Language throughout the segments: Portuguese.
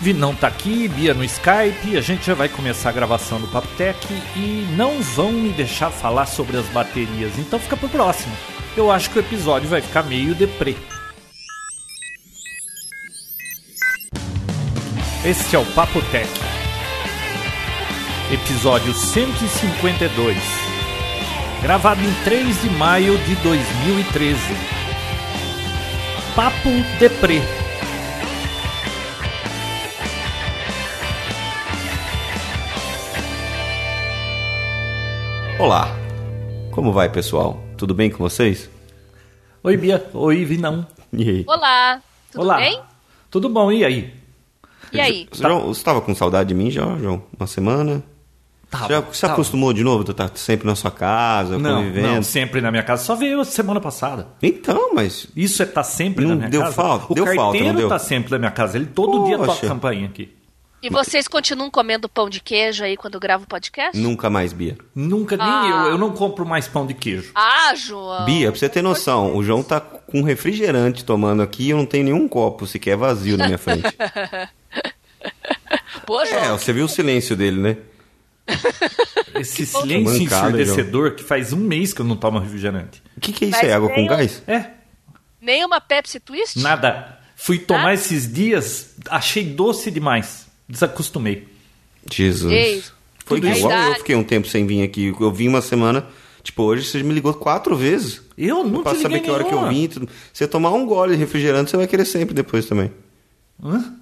Vinão tá aqui, Bia no Skype, a gente já vai começar a gravação do Papotec e não vão me deixar falar sobre as baterias, então fica pro próximo. Eu acho que o episódio vai ficar meio deprê. Este é o Papotec. Episódio 152. Gravado em 3 de maio de 2013. Papo Deprê. Olá! Como vai, pessoal? Tudo bem com vocês? Oi, Bia. Oi, Vinão. E aí? Olá, tudo Olá. bem? Tudo bom? E aí? E aí? João, você estava com saudade de mim já, João? Uma semana? Tá, Você já se acostumou de novo? Tu tá sempre na sua casa, Não, convivendo? não, sempre na minha casa. Só veio semana passada. Então, mas... Isso é tá sempre Não na minha deu casa. falta, o deu falta, não carteiro deu? tá sempre na minha casa. Ele todo dia toca Poxa. campainha aqui. E vocês continuam comendo pão de queijo aí quando grava o podcast? Nunca mais, Bia. Nunca, nem Ah. eu. Eu não compro mais pão de queijo. Ah, João! Bia, pra você ter noção, o João tá com um refrigerante tomando aqui e eu não tenho nenhum copo sequer vazio na minha frente. Pô, é, João, você viu o silêncio dele, né? Esse silêncio Mancada, ensurdecedor que faz um mês que eu não tomo refrigerante. O que, que é isso? Mas é água com veio- gás? É, nem uma Pepsi Twist? nada. Fui tomar esses dias, achei doce demais. Desacostumei. Jesus. Ei, Foi tudo igual isso. eu fiquei um tempo sem vir aqui. Eu vim uma semana... Tipo, hoje você me ligou quatro vezes. Eu não Pra te saber liguei que hora que eu nenhuma. vim. e Tudo... Se você tomar um gole de refrigerante, você vai querer sempre depois também. Hã?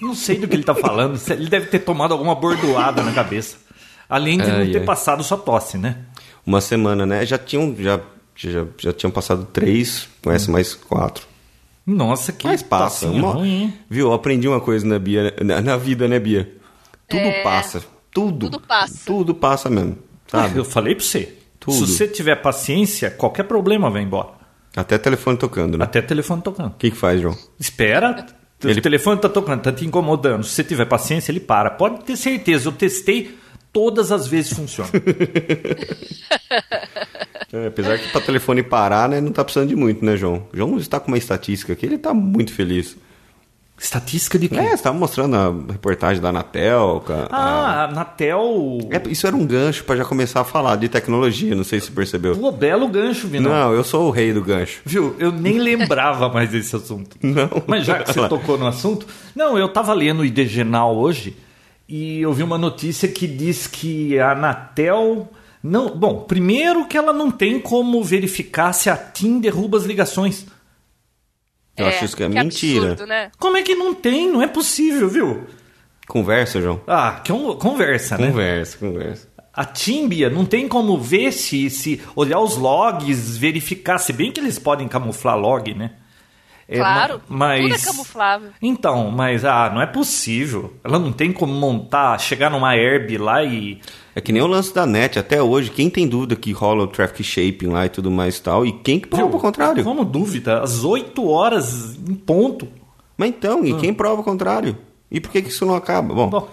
Não sei do que ele tá falando. Ele deve ter tomado alguma bordoada na cabeça. Além de não Ai, ter ai. passado sua tosse, né? Uma semana, né? Já tinham, já, já, já tinham passado três, conhece mais quatro. Nossa, que Mas tosse passa. Uma... ruim, hein? Viu? Eu aprendi uma coisa na, Bia, na, na vida, né, Bia? Tudo passa. Tudo. Tudo passa. Tudo passa mesmo. Sabe? Eu falei pra você. Tudo. Se você tiver paciência, qualquer problema vai embora. Até telefone tocando, né? Até telefone tocando. O que, que faz, João? Espera. t- Ele- O telefone tá tocando, tá te incomodando. Se você tiver paciência, ele para. Pode ter certeza, eu testei, todas as vezes funciona. É, apesar que pra telefone parar, né? Não tá precisando de muito, né, João? O João está com uma estatística aqui, ele tá muito feliz. Estatística de quê? É, você tava mostrando a reportagem da Anatel, com a- a- Ah, a Natel. É, isso era um gancho pra já começar a falar de tecnologia, não sei se você percebeu. Pô, belo gancho, Vinão. Não, eu sou o rei do gancho. Viu? Eu nem lembrava mais desse assunto. Não. Mas já que você Fala. tocou no assunto. Não, eu tava lendo o IDGenal hoje e eu vi uma notícia que diz que a Anatel. Não, bom, primeiro que ela não tem como verificar se a TIM derruba as ligações. Eu acho isso que é mentira. absurdo, né? Como é que não tem? Não é possível, viu? Conversa, João. Ah, que é um- conversa, né? Conversa, conversa. A Timbia não tem como ver se, se olhar os logs, verificar, se bem que eles podem camuflar log, né? É, Claro, ma- mas... tudo é camuflável. Então, mas ah, não é possível. Ela não tem como montar, chegar numa herb lá e. É que nem o lance da net, até hoje, quem tem dúvida que rola o traffic shaping lá e tudo mais e tal, e quem que prova o contrário? Como dúvida, às 8 horas em ponto. Mas então, e quem prova o contrário? E por que, que isso não acaba? Bom, Ah. Bom.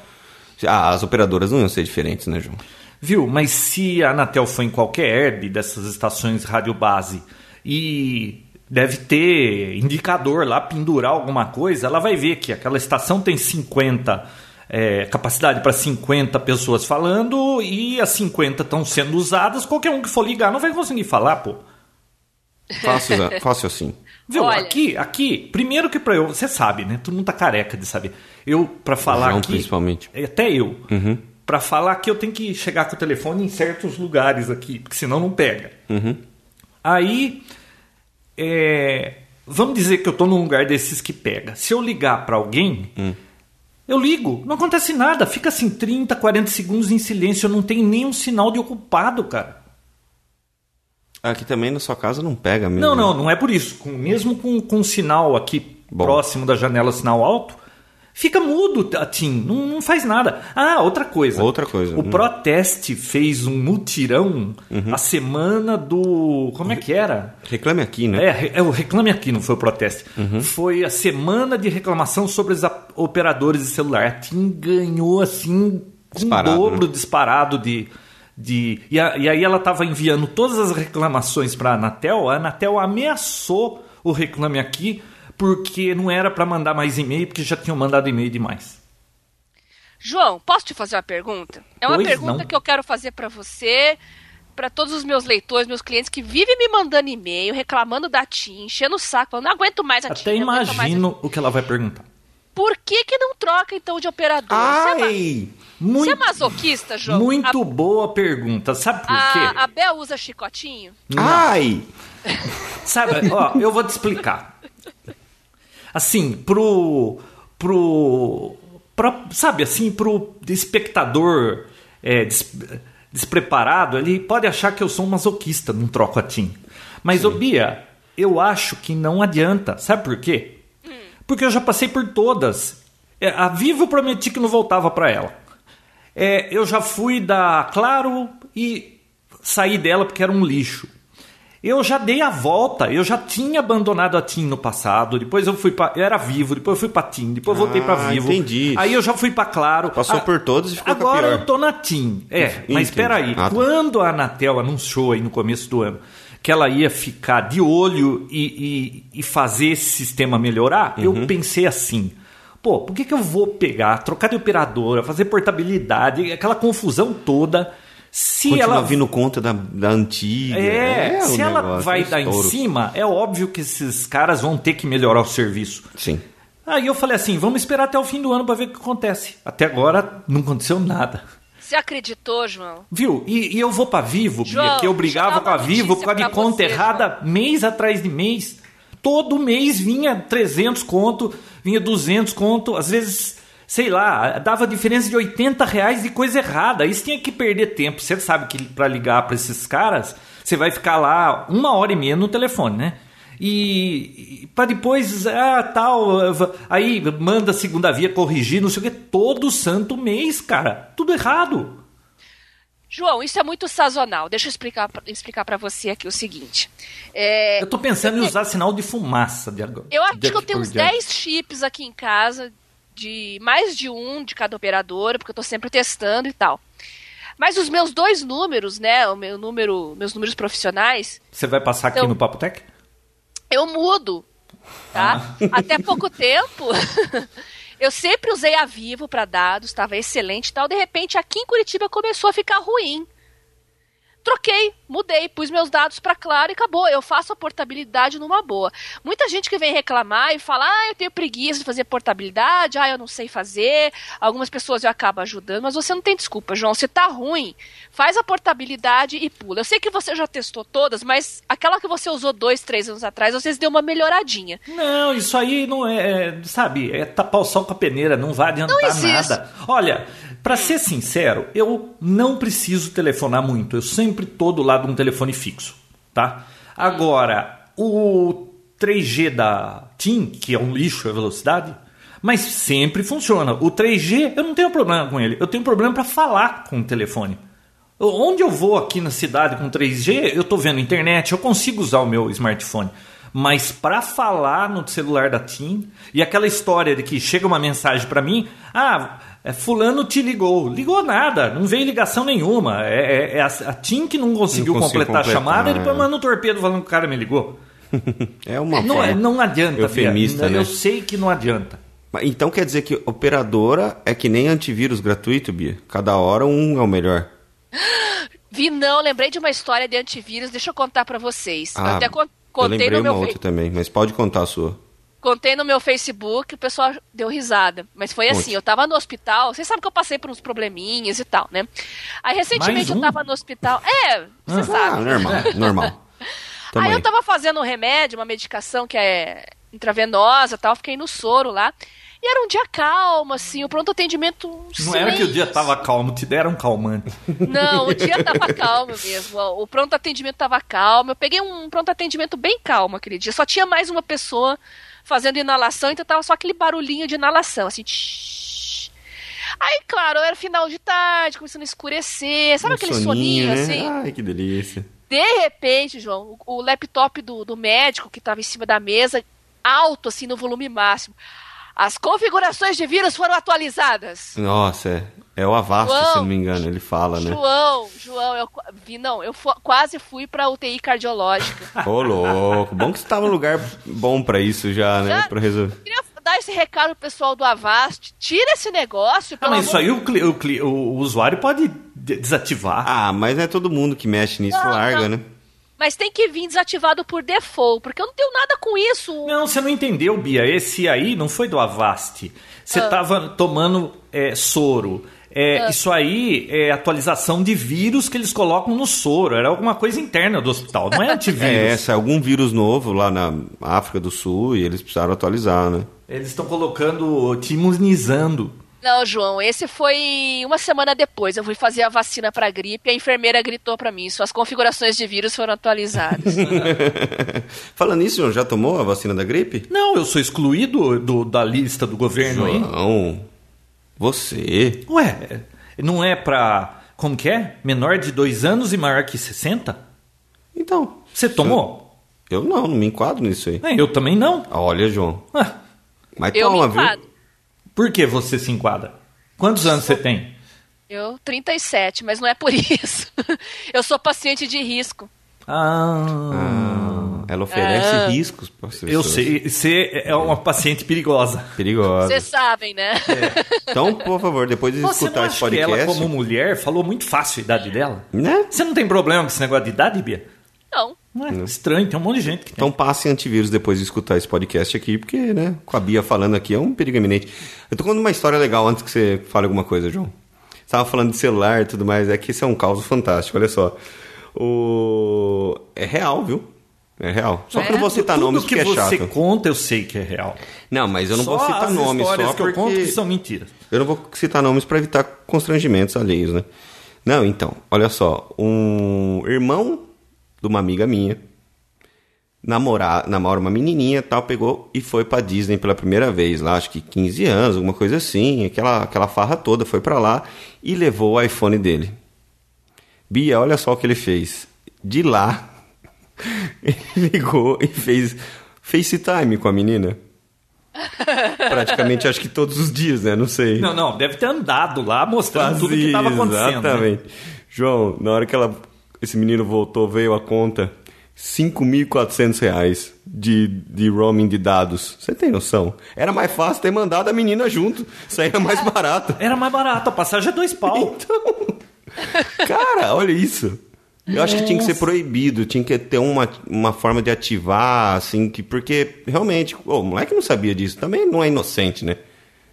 ah, as operadoras não iam ser diferentes, né, João? Viu? Mas se a Anatel for em qualquer herb dessas estações rádio base e deve ter indicador lá, pendurar alguma coisa, ela vai ver que aquela estação tem 50, é, capacidade para 50 pessoas falando e as 50 estão sendo usadas, qualquer um que for ligar não vai conseguir falar, pô. Fácil, fácil assim. Viu? Olha. Aqui, aqui, primeiro que pra eu, você sabe, né? Todo mundo tá careca de saber. Eu pra falar João, aqui, principalmente. É, até eu. Uhum. Pra falar aqui eu tenho que chegar com o telefone em certos lugares aqui, porque senão não pega. Uhum. Aí é, vamos dizer que eu tô num lugar desses que pega. Se eu ligar pra alguém, Hum. eu ligo, não acontece nada, fica assim 30, 40 segundos em silêncio, eu não tenho nenhum sinal de ocupado, cara. Aqui também na sua casa não pega mesmo. Não, né? não, não é por isso. Com- mesmo com, com o sinal aqui Bom. próximo da janela, sinal alto, fica mudo, a TIM. Não, não faz nada. Ah, outra coisa. Outra coisa. O Hum. Uhum. Proteste fez um mutirão a semana do. Como é que era? Reclame aqui, né? Uhum. É, re- é o Reclame Aqui, não foi o protesto. Foi a semana de reclamação sobre os a- operadores de celular. A TIM ganhou, assim, um Disparado, dobro né? disparado de... de e, a- e aí ela estava enviando todas as reclamações para a Anatel. A Anatel ameaçou o Reclame Aqui porque não era para mandar mais e-mail, porque já tinham mandado e-mail demais. João, posso te fazer uma pergunta? É uma Pois pergunta não. que eu quero fazer para você, para todos os meus leitores, meus clientes que vivem me mandando e-mail, reclamando da TIM, enchendo o saco, falando, não aguento mais a TIM. Até não aguento mais a TIM." imagino o que ela vai perguntar. Por que que não troca, então, de operador? Você é ma- Ai! Você é Muito, masoquista, João? muito boa pergunta. Sabe por A, quê? a, Ah! a Bel usa chicotinho? Ai! Sabe, ó, eu vou te explicar. Assim, pro. pro. pra- sabe, assim, pro espectador é, des- despreparado, ele pode achar que eu sou um masoquista, não troco a TIM. Mas, ô Bia, eu acho que não adianta. Sabe por quê? Hum. Porque eu já passei por todas. É, A Vivo eu prometi que não voltava pra ela. É, eu já fui da Claro e saí dela porque era um lixo. Eu já dei a volta, eu já tinha abandonado a TIM no passado, depois eu fui para, eu era Vivo, depois eu fui pra TIM, depois eu voltei pra Ah, Vivo. entendi. Aí eu já fui pra Claro. Passou Ah, por todas e ficou com a Agora pior. eu tô na TIM. É, mas Entendi. espera aí. Ah, tá. Quando a Anatel anunciou aí no começo do ano que ela ia ficar de olho e, e- e fazer esse sistema melhorar, Uhum. eu pensei assim. Pô, por que, que eu vou pegar, trocar de operadora, fazer portabilidade, aquela confusão toda, se Continua ela vindo conta da, da antiga. é, um se ela negócio, vai um dar em estouro. cima, é óbvio que esses caras vão ter que melhorar o serviço. Sim. Aí eu falei assim, vamos esperar até o fim do ano para ver o que acontece. Até agora não aconteceu nada. Você acreditou, João? Viu? E, e eu vou pra Vivo, Bia, João, que eu brigava deixa eu com a dar uma Vivo por causa de notícia pra conta você, tá? errada mês atrás de mês. Todo mês vinha 300 conto, vinha 200 conto, às vezes, sei lá, dava diferença de 80 reais de coisa errada. Isso tinha que perder tempo. Você sabe que pra ligar pra esses caras, você vai ficar lá uma hora e meia no telefone, né? E, e pra depois, ah, tal, eh, va- aí manda a segunda via corrigir, não sei o que, todo santo mês, cara. Tudo errado. João, isso é muito sazonal. Deixa eu explicar, explicar para você aqui o seguinte. É, Eu tô pensando em usar sinal de fumaça de agora. Eu acho de que eu aqui tenho por uns diante. 10 chips aqui em casa, de mais de um de cada operadora, porque eu tô sempre testando e tal. Mas os meus dois números, né, o meu número, meus números profissionais, Você vai passar aqui Então- no Papo Tech? eu mudo, tá? Até pouco tempo, eu sempre usei a Vivo para dados, estava excelente e tal. De repente, aqui em Curitiba começou a ficar ruim. Troquei, mudei, pus meus dados para Claro e acabou. Eu faço a portabilidade numa boa. Muita gente que vem reclamar e fala: "Ah, eu tenho preguiça de fazer portabilidade, ah, eu não sei fazer". Algumas pessoas eu acabo ajudando, mas você não tem desculpa, João, se tá ruim, faz a portabilidade e pula. Eu sei que você já testou todas, mas aquela que você usou dois, três anos atrás, às vezes deu uma melhoradinha. Não, isso aí não é, é, sabe, é tapar o sol com a peneira, não vai adiantar Não existe. nada. Olha, pra ser sincero, eu não preciso telefonar muito. Eu sempre tô do lado de um telefone fixo, tá? Agora, o 3G da TIM, que é um lixo a velocidade, mas sempre funciona. O 3G, eu não tenho problema com ele. Eu tenho problema pra falar com o telefone. Onde eu vou aqui na cidade com 3G, eu tô vendo internet, eu consigo usar o meu smartphone. Mas pra falar no celular da TIM, e aquela história de que chega uma mensagem pra mim, ah, é, fulano te ligou. Ligou nada, não veio ligação nenhuma. É, é- é a, a TIM que não conseguiu Não conseguiu completar, a completar, chamada, e depois né? manda um torpedo falando que o cara me ligou. É uma Não, é- forma. não adianta, Eufemista, Bia. né? Eu sei que não adianta. Mas Então quer dizer que operadora é que nem antivírus gratuito, Bia? Cada hora um é o melhor. Vi não, lembrei de uma história de antivírus, deixa eu contar pra vocês. Eu Ah, até con- eu contei lembrei no uma meu outra Face- também, mas pode contar a sua. Contei no meu Facebook, o pessoal deu risada. Mas foi assim, Conte. eu tava no hospital, vocês sabem que eu passei por uns probleminhas e tal, né? Aí Mais recentemente um? eu tava no hospital. É, você Ah, sabe. normal, normal. Ah, Tamo aí aí. eu tava fazendo um remédio, uma medicação que é intravenosa e tal, fiquei no soro lá. E era um dia calmo, assim, o pronto atendimento. um Não era que o dia silêncio. tava calmo, te deram um calmante. Não, o dia tava calmo mesmo. ó. O pronto atendimento tava calmo. Eu peguei um pronto atendimento bem calmo aquele dia. Só tinha mais uma pessoa fazendo inalação, então tava só aquele barulhinho de inalação, assim. tsh. Aí, claro, era final de tarde, começando a escurecer. Sabe Um aquele soninho, né? assim? Ai, que delícia. De repente, João, o, o laptop do, do médico que estava em cima da mesa, alto, assim, no volume máximo. As configurações de vírus foram atualizadas. Nossa, é. É o Avast, João, se não me engano, ele fala, né? João, João, eu qu- vi, não, eu fu- quase fui pra UTI cardiológica. Ô, louco. Bom que você tava num lugar bom pra isso já, né? Já? Pra resolver. Queria dar esse recado pro pessoal do Avast, tira esse negócio, Ah, pelo mas isso amor aí o, cli- o cli- o usuário pode de- desativar. Ah, mas não é todo mundo que mexe nisso, Não, larga, não. né? Mas tem que vir desativado por default, porque eu não tenho nada com isso. Não, você não entendeu, Bia. Esse aí não foi do Avast. Você estava tomando é, soro. É, Isso aí é atualização de vírus que eles colocam no soro. Era alguma coisa interna do hospital, não é É, antivírus. essa, algum vírus novo lá na África do Sul e eles precisaram atualizar, né? Eles estão colocando, te imunizando. Não, João, esse foi uma semana depois. Eu fui fazer a vacina pra gripe e a enfermeira gritou pra mim: suas configurações de vírus foram atualizadas. Falando nisso, João, já tomou a vacina da gripe? Não, eu sou excluído do- da lista do governo aí. João, você. Ué, não é pra. Como que é? Menor de dois anos e maior que 60? Então. Você tomou? Eu não, não me enquadro nisso aí. É, eu também não. Olha, João. Ah, Mas eu me toma, viu? enquadro. por que você se enquadra? Quantos anos você tem? Eu, 37, mas não é por isso. eu sou paciente de risco. Ah, Ah, ela oferece Ah. riscos para as eu pessoas. sei. Você é uma paciente perigosa. Perigosa. Vocês sabem, né? É. Então, por favor, depois de Você não escutar esse acha que ela, podcast. como mulher, falou muito fácil a idade dela? Né? Você não tem problema com esse negócio de idade, Bia? Não. Não é estranho, tem um monte de gente que tem. Então passe antivírus depois de escutar esse podcast aqui, porque, né, com a Bia falando aqui é um perigo iminente. Eu tô contando uma história legal antes que você fale alguma coisa, João. Você tava falando de celular e tudo mais, é que isso é um caos fantástico, olha só. O... É real, viu? É real. Só que eu não vou citar Tudo nomes que porque é você chato. conta, eu sei que é real. Não, mas eu não vou Só citar as nomes, só histórias que eu porque... conto que são mentiras. Eu não vou citar nomes para evitar constrangimentos alheios, né? Não, então, olha só. Um irmão de uma amiga minha namora, namora uma menininha tal, pegou e foi pra Disney pela primeira vez lá, acho que 15 anos, alguma coisa assim. Aquela, aquela farra toda, foi pra lá e levou o iPhone dele. Bia, olha só o que ele fez. De lá, ele ligou e fez FaceTime com a menina. Praticamente, acho que todos os dias, né? Não sei. Não, não, deve ter andado lá mostrando tudo que estava acontecendo. né? Exatamente. João, na hora que ela, esse menino voltou, veio a conta, 5.400 reais de, de roaming de dados. Você tem noção? Era mais fácil ter mandado a menina junto. Isso aí era mais barato. Era mais barato, a passagem é dois pau. Cara, olha isso. Eu acho que tinha que ser proibido, tinha que ter uma, uma forma de ativar, assim, que, porque realmente, ô, o moleque não sabia disso, também não é inocente, né?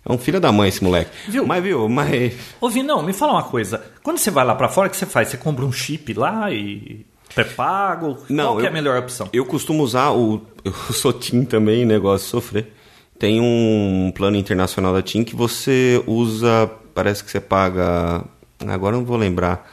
É um filho da mãe esse moleque. Viu? Mas viu, mas. Ô, Vinão, me fala uma coisa. Quando você vai lá pra fora, o que você faz? Você compra um chip lá e pré-pago? Não, Qual que é eu- a melhor opção? Eu costumo usar o. Eu sou TIM também, negócio de sofrer. Tem um plano internacional da TIM que você usa. Parece que você paga. Agora eu não vou lembrar.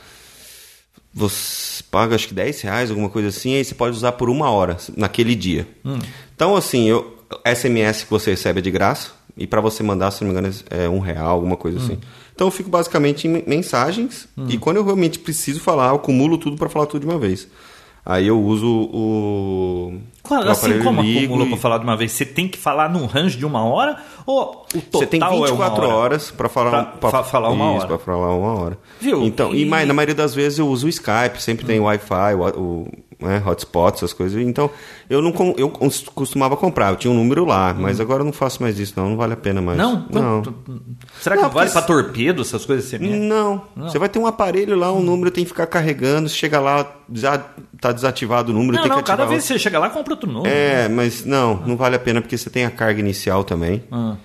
Você paga acho que 10 reais, alguma coisa assim, aí você pode usar por uma hora naquele dia. Hum. Então, assim, eu, SMS que você recebe é de graça. E para você mandar, se não me engano, é um real, alguma coisa Hum. assim. Então eu fico basicamente em mensagens. E quando eu realmente preciso falar, eu cumulo tudo para falar tudo de uma vez. Aí eu uso o. Claro, o assim aparelho como ligo acumula e- pra falar de uma vez, você tem que falar num range de uma hora ou o total Você tem é 24 uma hora? horas para falar um Pra- pra, fa- falar uma isso, hora. pra falar uma hora. Viu? Então, e, E- mas na maioria das vezes eu uso o Skype, sempre tem Wi-Fi, o, o né, hotspot, essas coisas. Então, eu não com- eu cons- costumava comprar, eu tinha um número lá, mas agora eu não faço mais isso, não, não vale a pena mais. Hum. Não? não. Quanto- Será Não, que vale porque- pra É. torpedo, essas coisas assim? mesmo? Não. Você vai ter um aparelho lá, um Hum. número tem que ficar carregando, chega lá, já tá desativado o número, Não, tem não, que ativar. cada vez que outro. você chega lá, compra outro novo. É, mas não, não vale a pena porque você tem a carga inicial também. Ah.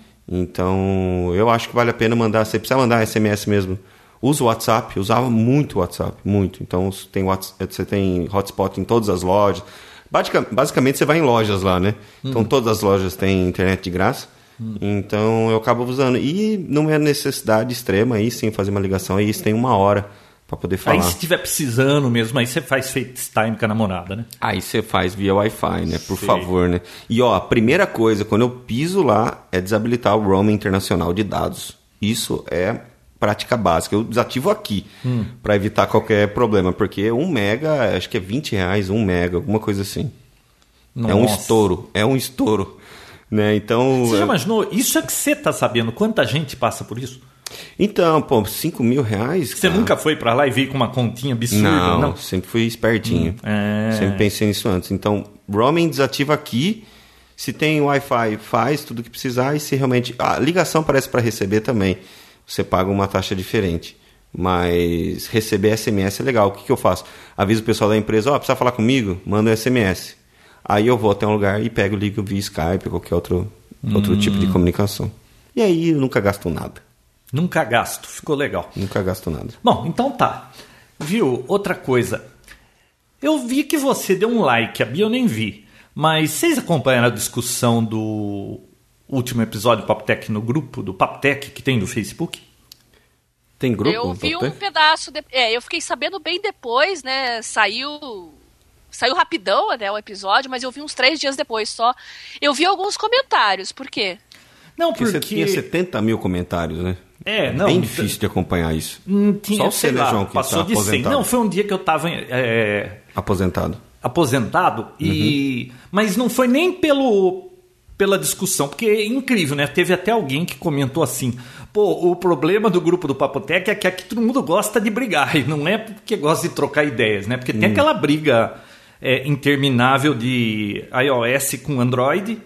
Então, eu acho que vale a pena mandar. Você precisa mandar SMS mesmo. Usa o WhatsApp, eu usava muito o WhatsApp, muito. Então, você tem, Whats- você tem hotspot em todas as lojas. Basica- Basicamente, você vai em lojas lá, né? Então, todas as lojas têm internet de graça. Então, eu acabo usando. E não é necessidade extrema aí, sim, fazer uma ligação. Aí, você tem uma hora para poder falar. Aí se estiver precisando mesmo, aí você faz FaceTime com a namorada, né? Aí você faz via Wi-Fi, né? Por favor, né? E ó, a primeira coisa, quando eu piso lá, é desabilitar o roaming internacional de dados. Isso é prática básica. Eu desativo aqui Hum. pra evitar qualquer problema, porque um mega, acho que é 20 reais, um mega, alguma coisa assim. É um Nossa. estouro, é um estouro, né? Então é, Você já eu- imaginou? Isso é que você tá sabendo. Quanta gente passa por isso? Então, pô, 5 mil reais. Você cara. nunca foi pra lá e veio com uma continha absurda, Não, não? sempre fui espertinho. Hum, é. Sempre pensei nisso antes. Então, roaming desativa aqui. Se tem Wi-Fi, faz tudo que precisar. E se realmente. A ligação parece para receber também. Você paga uma taxa diferente. Mas receber SMS é legal. O que, que eu faço? Aviso o pessoal da empresa: ó, precisa falar comigo? Manda um SMS. Aí eu vou até um lugar e pego, ligo via Skype, qualquer outro, outro tipo de Hum. comunicação. E aí eu nunca gasto nada. Nunca gasto, ficou legal. Nunca gasto nada. Bom, então tá. Viu? Outra coisa. Eu vi que você deu um like, a Bia eu nem vi. Mas vocês acompanharam a discussão do último episódio do Papotec no grupo, do Papotec que tem no Facebook? então, Tem grupo? eu vi Walter? um pedaço. de- É, eu fiquei sabendo bem depois, né? Saiu. Saiu rapidão, né, o episódio, mas eu vi uns três dias depois só. Eu vi alguns comentários, por quê? Não, Porque você tinha porque. 70 mil comentários, né? É, não, Bem então- difícil de acompanhar isso. Hum, tinha, Só o sei lá, Celejão que passou tá de 100. aposentado. Não, foi um dia que eu tava é, Aposentado. aposentado e mas não foi nem pelo pela discussão, porque é incrível, né? Teve até alguém que comentou assim: "Pô, o problema do grupo do Papotec é que aqui todo mundo gosta de brigar e não é porque gosta de trocar ideias, né? Porque tem aquela briga é, interminável de iOS com Android,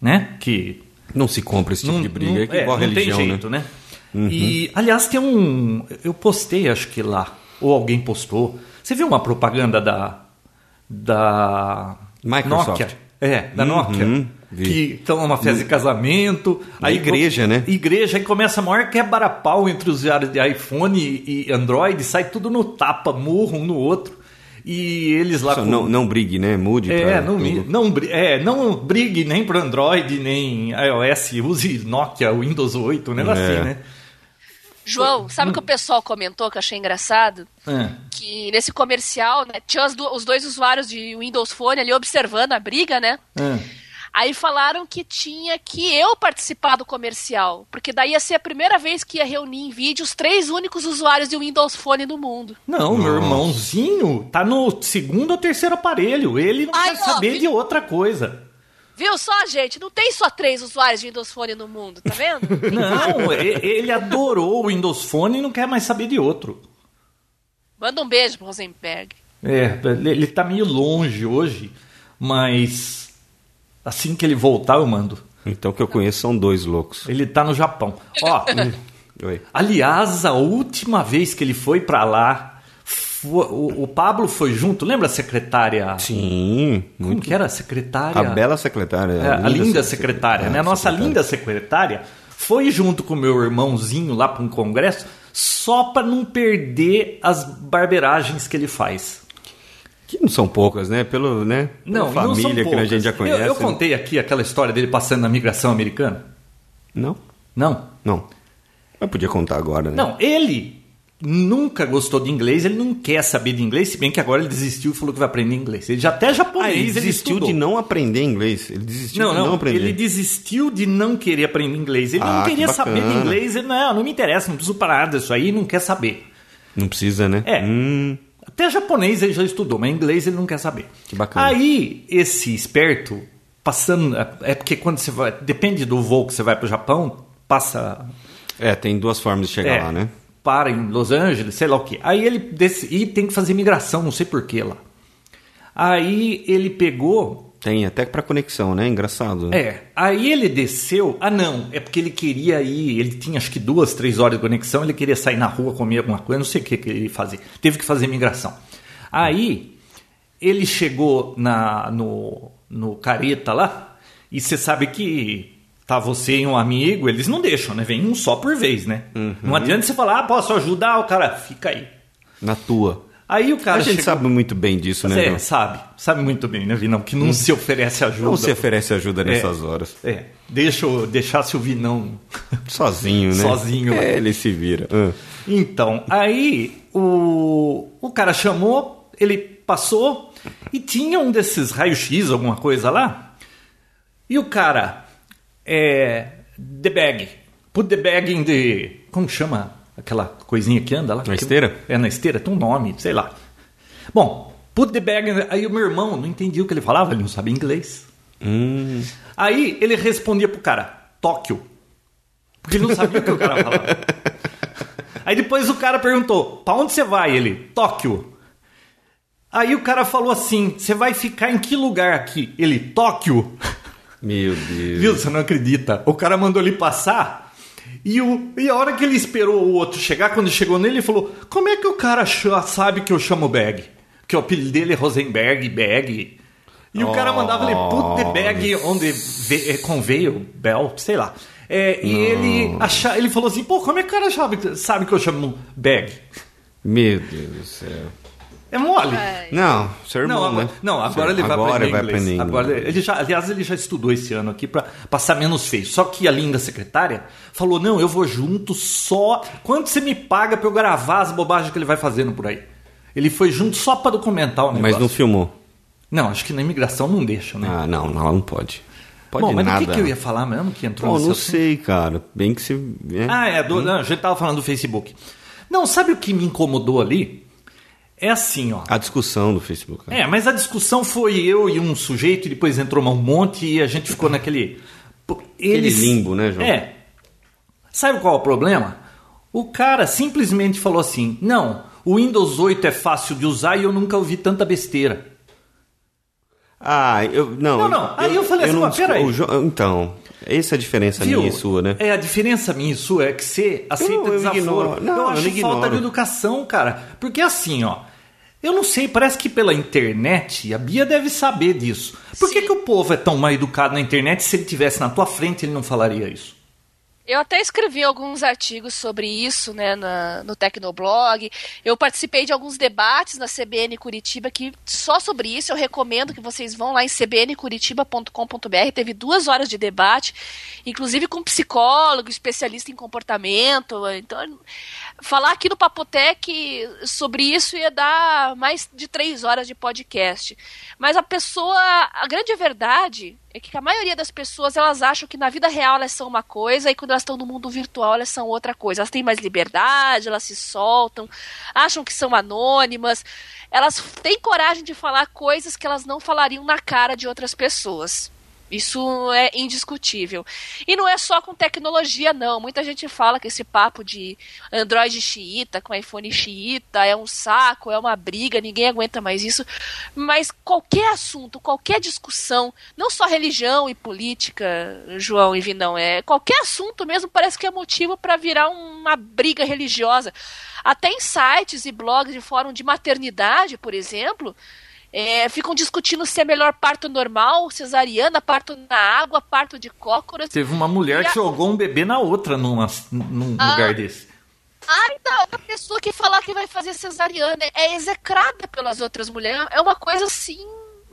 né? Que Não se compra esse tipo de briga, é que igual a não religião, tem né? jeito, né? E, aliás, tem um. Eu postei, acho que lá, ou alguém postou. Você viu uma propaganda da. Da. Microsoft. Nokia? É, da Uhum, Nokia. vi. Uhum. Que estão numa festa de casamento. Na igreja, né? Igreja, aí começa a maior quebra-pau entre os usuários de iPhone e Android, sai tudo no tapa, murro um no outro. E eles lá Só com- Não, não brigue, né? Mude é, pra não, Google. mi- não, bri- é, não brigue nem para Android, nem iOS, use Nokia, Windows 8, um negócio É. assim, né? João, sabe o que o pessoal comentou que eu achei engraçado? É. que nesse comercial, né, tinha as du- os dois usuários de Windows Phone ali observando a briga, né? É. Aí falaram que tinha que eu participar do comercial, porque daí ia ser a primeira vez que ia reunir em vídeo os três únicos usuários de Windows Phone no mundo. Não, meu irmãozinho tá no segundo ou terceiro aparelho. Ele não Ai, quer ó, saber vi- de outra coisa. Viu só, gente? Não tem só três usuários de Windows Phone no mundo, tá vendo? Não, e- ele adorou o Windows Phone e não quer mais saber de outro. Manda um beijo pro Rosenberg. É, ele ele tá meio longe hoje, mas assim que ele voltar, eu mando. Então o que eu conheço são dois loucos. Ele tá no Japão. Ó, Oi. Aliás, a última vez que ele foi pra lá, fo- o, o Pablo foi junto. Lembra a secretária? Sim, Como muito. é que era a secretária? A bela secretária. É, a linda secretária, né? A nossa secretária. linda secretária foi junto com o meu irmãozinho lá pra um congresso só pra não perder as barbeiragens que ele faz. Que não são poucas, né? Pelo, né? Pela Não, e não são família que a poucas. gente já Eu- conhece. Eu, né? contei aqui aquela história dele passando na migração americana? Não, Não? não. Mas podia contar agora, né? Não, ele nunca gostou de inglês, ele não quer saber de inglês, se bem que agora ele desistiu e falou que vai aprender inglês. Ele já até Ah, japonês ele desistiu estudou. de não aprender inglês. Ele desistiu Não, de não não, aprender. ele desistiu de não querer aprender inglês. Ele Ah, não que queria saber de bacana. inglês, ele, não, não me interessa, não preciso parar disso aí, não quer saber. Não precisa, né? É. Hum, Até japonês ele já estudou, mas inglês ele não quer saber. Que bacana. Aí, esse esperto, passando. É porque quando você vai. Depende do voo que você vai para o Japão, passa é, tem duas formas de chegar É, lá, né? Para em Los Angeles, sei lá o quê. Aí ele desse, e tem que fazer migração, não sei porquê lá. Aí ele pegou. Tem, até pra conexão, né? Engraçado. né? É, aí ele desceu. Ah, não, é porque ele queria ir. Ele tinha acho que duas, três horas de conexão. Ele queria sair na rua, comer alguma coisa, não sei o que, que ele ia fazer. Teve que fazer migração. Aí ele chegou na, no, no Careta lá. E você sabe que tá você e um amigo, eles não deixam, né? Vem um só por vez, né? Uhum. Não adianta você falar, ah, posso ajudar? O cara fica aí. Na tua. Aí o cara a gente chegou- sabe muito bem disso, né? É, João? sabe, sabe muito bem, né, Vinão? Que não se oferece ajuda. Não se oferece ajuda nessas É. horas. É, deixa eu deixasse o Vinão. Sozinho, né? Sozinho, É, né? ele se vira. Ah. Então, aí o, o cara chamou, ele passou e tinha um desses raio-x, alguma coisa lá. E o cara, é. The bag. Put the bag in the. Como chama aquela coisinha que anda lá? Na esteira? É, na esteira, tem um nome, sei lá. Bom, put the bag. in the- Aí o meu irmão não entendia o que ele falava, ele não sabia inglês. Hum. Aí ele respondia pro cara, Tóquio. Porque ele não sabia o que o cara falava. Aí depois o cara perguntou: pra onde você vai? Ele, Tóquio. Aí o cara falou assim: você vai ficar em que lugar aqui? Ele, Tóquio. Meu Deus. Viu? Você não acredita. O cara mandou ele passar. E, o, e a hora que ele esperou o outro chegar, quando chegou nele, ele falou: Como é que o cara ch- sabe que eu chamo Bag? Que o apelido dele é Rosenberg, Bag. E o cara mandava ele put the bag on the ve- eh, conveyor belt, sei lá. É, e ele, acha, ele falou assim: Pô, como é que o cara sabe, sabe que eu chamo Bag? Meu Deus do céu. É mole. Ai. Não, seu irmão, Não, agora, né? não, agora ele vai Agora aprender vai inglês. aprender inglês. Agora ele já, aliás, ele já estudou esse ano aqui para passar menos feio. Só que a linda secretária falou: não, eu vou junto só. Quanto você me paga pra eu gravar as bobagens que ele vai fazendo por aí? Ele foi junto só pra documentar o negócio. Mas não filmou. Não, acho que na imigração não deixa, né? Ah, não, não, não pode. Pode Bom, mas nada. do que, que eu ia falar mesmo que entrou Pô, nesse não assunto? sei, cara. Bem que você... é. Ah, é, do, não, a gente tava falando do Facebook. Não, sabe o que me incomodou ali? É assim, ó. A discussão do Facebook. cara. É, mas a discussão foi eu e um sujeito, e depois entrou um monte e a gente ficou naquele. Pô, Eles... limbo, né, João? É. Sabe qual é o problema? O cara simplesmente falou assim: não, o Windows 8 é fácil de usar e eu nunca ouvi tanta besteira. Ah, eu... Não, Não, não. Aí eu falei assim, não mas peraí. discu- o Jo- Então, essa é a diferença minha e sua, né? É, a diferença minha e sua é que você aceita não- eu desaforo. ignoro. Não, eu eu acho não falta de ignoro. educação, cara. Porque assim, ó. Eu não sei, parece que pela internet, a Bia deve saber disso. Por que, Sim. que o povo é tão mal educado na internet se ele tivesse na tua frente ele não falaria isso? Eu até escrevi alguns artigos sobre isso, né, na- no Tecnoblog. Eu participei de alguns debates na CBN Curitiba que só sobre isso eu recomendo que vocês vão lá em cbncuritiba.com.br. Teve duas horas de debate, inclusive com psicólogo, especialista em comportamento. Então, falar aqui no Papotec sobre isso ia dar mais de três horas de podcast. Mas a pessoa, a grande verdade é que a maioria das pessoas elas acham que na vida real elas são uma coisa e quando elas estão no mundo virtual elas são outra coisa. Elas têm mais liberdade, elas se soltam, acham que são anônimas, elas têm coragem de falar coisas que elas não falariam na cara de outras pessoas. Isso é indiscutível. E não é só com tecnologia, não. Muita gente fala que esse papo de Android xiita com iPhone xiita é um saco, é uma briga, ninguém aguenta mais isso. Mas qualquer assunto, qualquer discussão, não só religião e política, João e Vinão, é qualquer assunto mesmo parece que é motivo para virar uma briga religiosa. Até em sites e blogs de fórum de maternidade, por exemplo, é, ficam discutindo se é melhor parto normal, cesariana, parto na água, parto de cócoras. Teve uma mulher E a- que jogou um bebê na outra numa- num Ah. lugar desse. Ai, da a Ah, então, pessoa que falar que vai fazer cesariana é execrada pelas outras mulheres. É uma coisa assim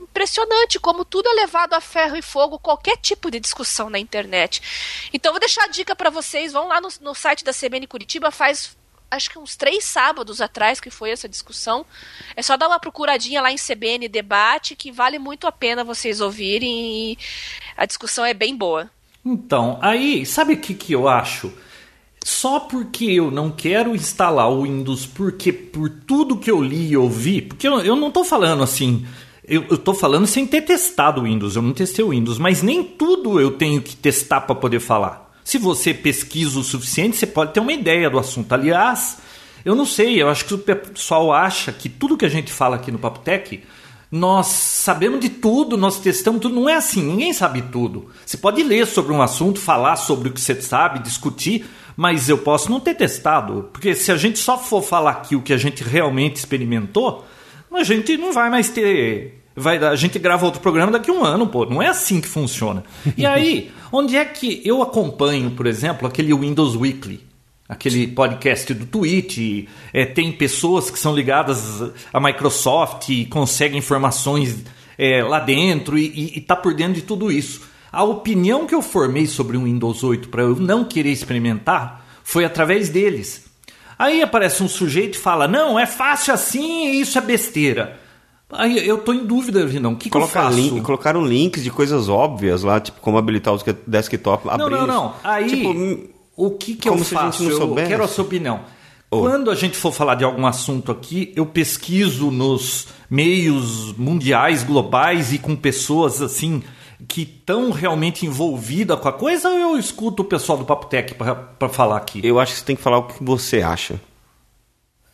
impressionante, como tudo é levado a ferro e fogo, qualquer tipo de discussão na internet. Então vou deixar a dica para vocês, vão lá no, no site da CBN Curitiba, faz acho que uns três sábados atrás que foi essa discussão. É só dar uma procuradinha lá em CBN Debate, que vale muito a pena vocês ouvirem e a discussão é bem boa. Então, aí, sabe o que, que eu acho? Só porque eu não quero instalar o Windows, porque por tudo que eu li e ouvi, porque eu, eu não tô falando assim, eu, eu tô falando sem ter testado o Windows, eu não testei o Windows, mas nem tudo eu tenho que testar para poder falar. Se você pesquisa o suficiente, você pode ter uma ideia do assunto. Aliás, eu não sei, eu acho que o pessoal acha que tudo que a gente fala aqui no Papo Tech nós sabemos de tudo, nós testamos tudo. Não é assim, ninguém sabe tudo. Você pode ler sobre um assunto, falar sobre o que você sabe, discutir, mas eu posso não ter testado. Porque se a gente só for falar aqui o que a gente realmente experimentou, a gente não vai mais ter. Vai, a gente grava outro programa daqui a um ano, pô. Não é assim que funciona. E aí, onde é que eu acompanho, por exemplo, aquele Windows Weekly? aquele podcast do Twitch. é, tem pessoas que são ligadas à Microsoft e conseguem informações é, lá dentro e, e, e tá por dentro de tudo isso. A opinião que eu formei sobre o Windows 8 para eu não querer experimentar foi através deles. Aí aparece um sujeito e fala: Não, é fácil assim, isso é besteira. Aí eu tô em dúvida, Vinão. O que, que eu Colocar faço? link- colocaram links de coisas óbvias lá, tipo como habilitar os que- desktop, abrir Não, não, os- não. Aí, Tipo, hum, o que, que eu como se a gente faço? não eu soubesse. quero a sua opinião. Oh. Quando a gente for falar de algum assunto aqui, eu pesquiso nos meios mundiais, globais e com pessoas assim que estão realmente envolvida com a coisa ou eu escuto o pessoal do Papo Tech para falar aqui? Eu acho que você tem que falar o que você acha.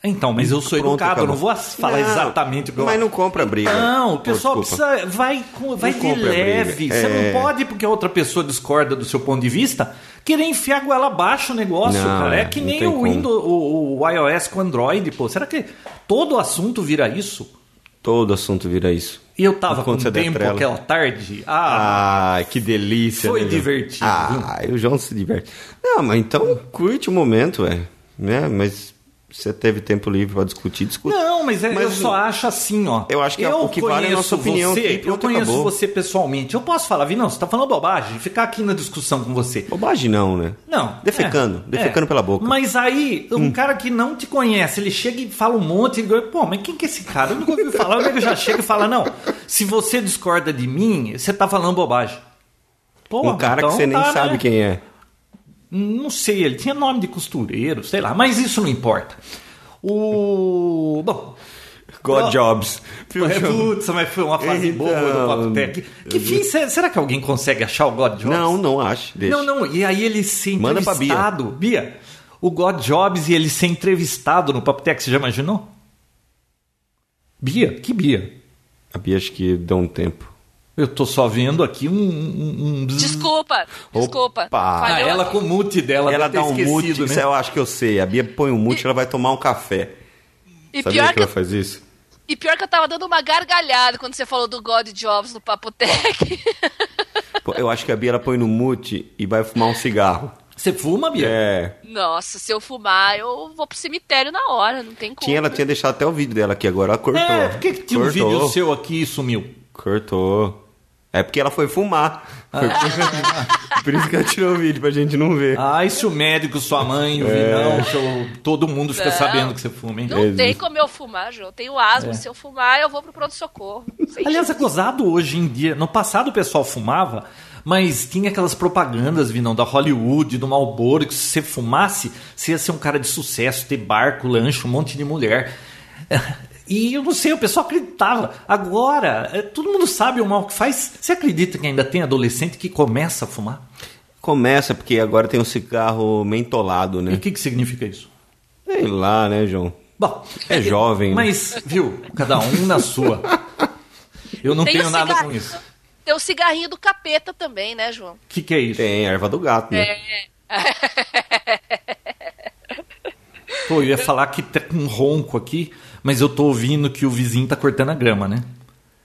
Então, mas eu sou Hum, Pronto, educado, eu não acabou. vou falar Não, exatamente o que eu Mas não compra briga. Não, o Pô, pessoal desculpa. precisa. Vai, com- vai de compra briga. leve. Você É. não pode, porque a outra pessoa discorda do seu ponto de vista, querer enfiar a goela abaixo o negócio, Não, cara. É é, que não nem tem o como. Windows, o, o iOS com o Android, pô. Será que todo assunto vira isso? Todo assunto vira isso. E eu tava Enquanto com você der tempo trela. aquela tarde. Ah, Ah, que delícia. Foi né, João? divertido, Ah, o João se diverte. Não, mas então curte o momento, velho. Né? Mas você teve tempo livre pra discutir, discute. Não, mas, é- Mas eu só o- acho assim, ó. Eu acho que é o que vale a conheço nossa opinião Você, aqui, eu pronto, conheço acabou. você pessoalmente. Eu posso falar, Vinão, você tá falando bobagem, ficar aqui na discussão com você. Bobagem não, né? Não. Defecando, é, defecando é. pela boca. Hum. Mas aí, um cara que não te conhece, ele chega e fala um monte, ele pô, mas quem que é esse cara? Eu nunca ouvi falar, o nego já chega e fala, não, se você discorda de mim, você tá falando bobagem. Pô, um cara então que você nem tá, sabe né? quem é. Não sei, ele tinha nome de costureiro, sei lá, mas isso não importa. O. Bom. God Pro- Jobs. Viu, É, João? putz, mas foi uma fase Então, boa do Papo Tech. Que fim, se- será que alguém consegue achar o God Jobs? Não, não acho. Deixa. Não, não, e aí ele ser Manda pra Bia. entrevistado. Bia. o God Jobs e ele ser entrevistado no Papo Tech, você já imaginou? Bia? Que Bia? A Bia acho que dá um tempo. Eu tô só vendo aqui um... um, um- Desculpa, desculpa. Opa. Ah, Falhou. ela com o mute dela, ela deve ter dá um mute, esquecido, isso né? eu acho que eu sei. A Bia põe um mute, ela vai tomar um café. E Sabia pior que que, ela faz isso? e pior que eu tava dando uma gargalhada quando você falou do God Jobs no Papotec. Pô, Eu acho que a Bia ela põe no mute e vai fumar um cigarro. Você fuma, Bia? É. Nossa, se eu fumar, eu vou pro cemitério na hora, não tem como. Tinha, ela tinha deixado até o vídeo dela aqui agora. Ela cortou. É, por que que tinha um cortou, vídeo seu aqui e sumiu? Cortou. É porque ela foi fumar. Ah. Foi fumar. Por isso que ela tirou o vídeo pra gente não ver. Ai, se o médico, sua mãe, o Vinão, seu- todo mundo fica Não. sabendo que você fuma, hein? Não É, tem isso. como eu fumar, João. Eu tenho asma. Se eu fumar, eu vou pro pronto-socorro. Sem É. Aliás, é gozado hoje em dia. No passado o pessoal fumava, mas tinha aquelas propagandas, Vinão, da Hollywood, do Marlboro, que se você fumasse, você ia ser um cara de sucesso, ter barco, lanche, um monte de mulher. E eu não sei, o pessoal acreditava. Agora, eh, todo mundo sabe o mal que faz. Você acredita que ainda tem adolescente que começa a fumar? Começa porque agora tem um cigarro E mentolado, o né? que, que significa isso? Sei lá, né, João? Bom, É jovem, né? Mas, viu, cada um na sua. Eu não Tem tenho o nada com cigarrinho- isso. O Tem o cigarrinho do capeta também, né, João? que, que é isso? Tem erva do gato, né? Pô, eu ia falar que tá com um ronco aqui, mas eu tô ouvindo que o vizinho tá cortando a grama, né?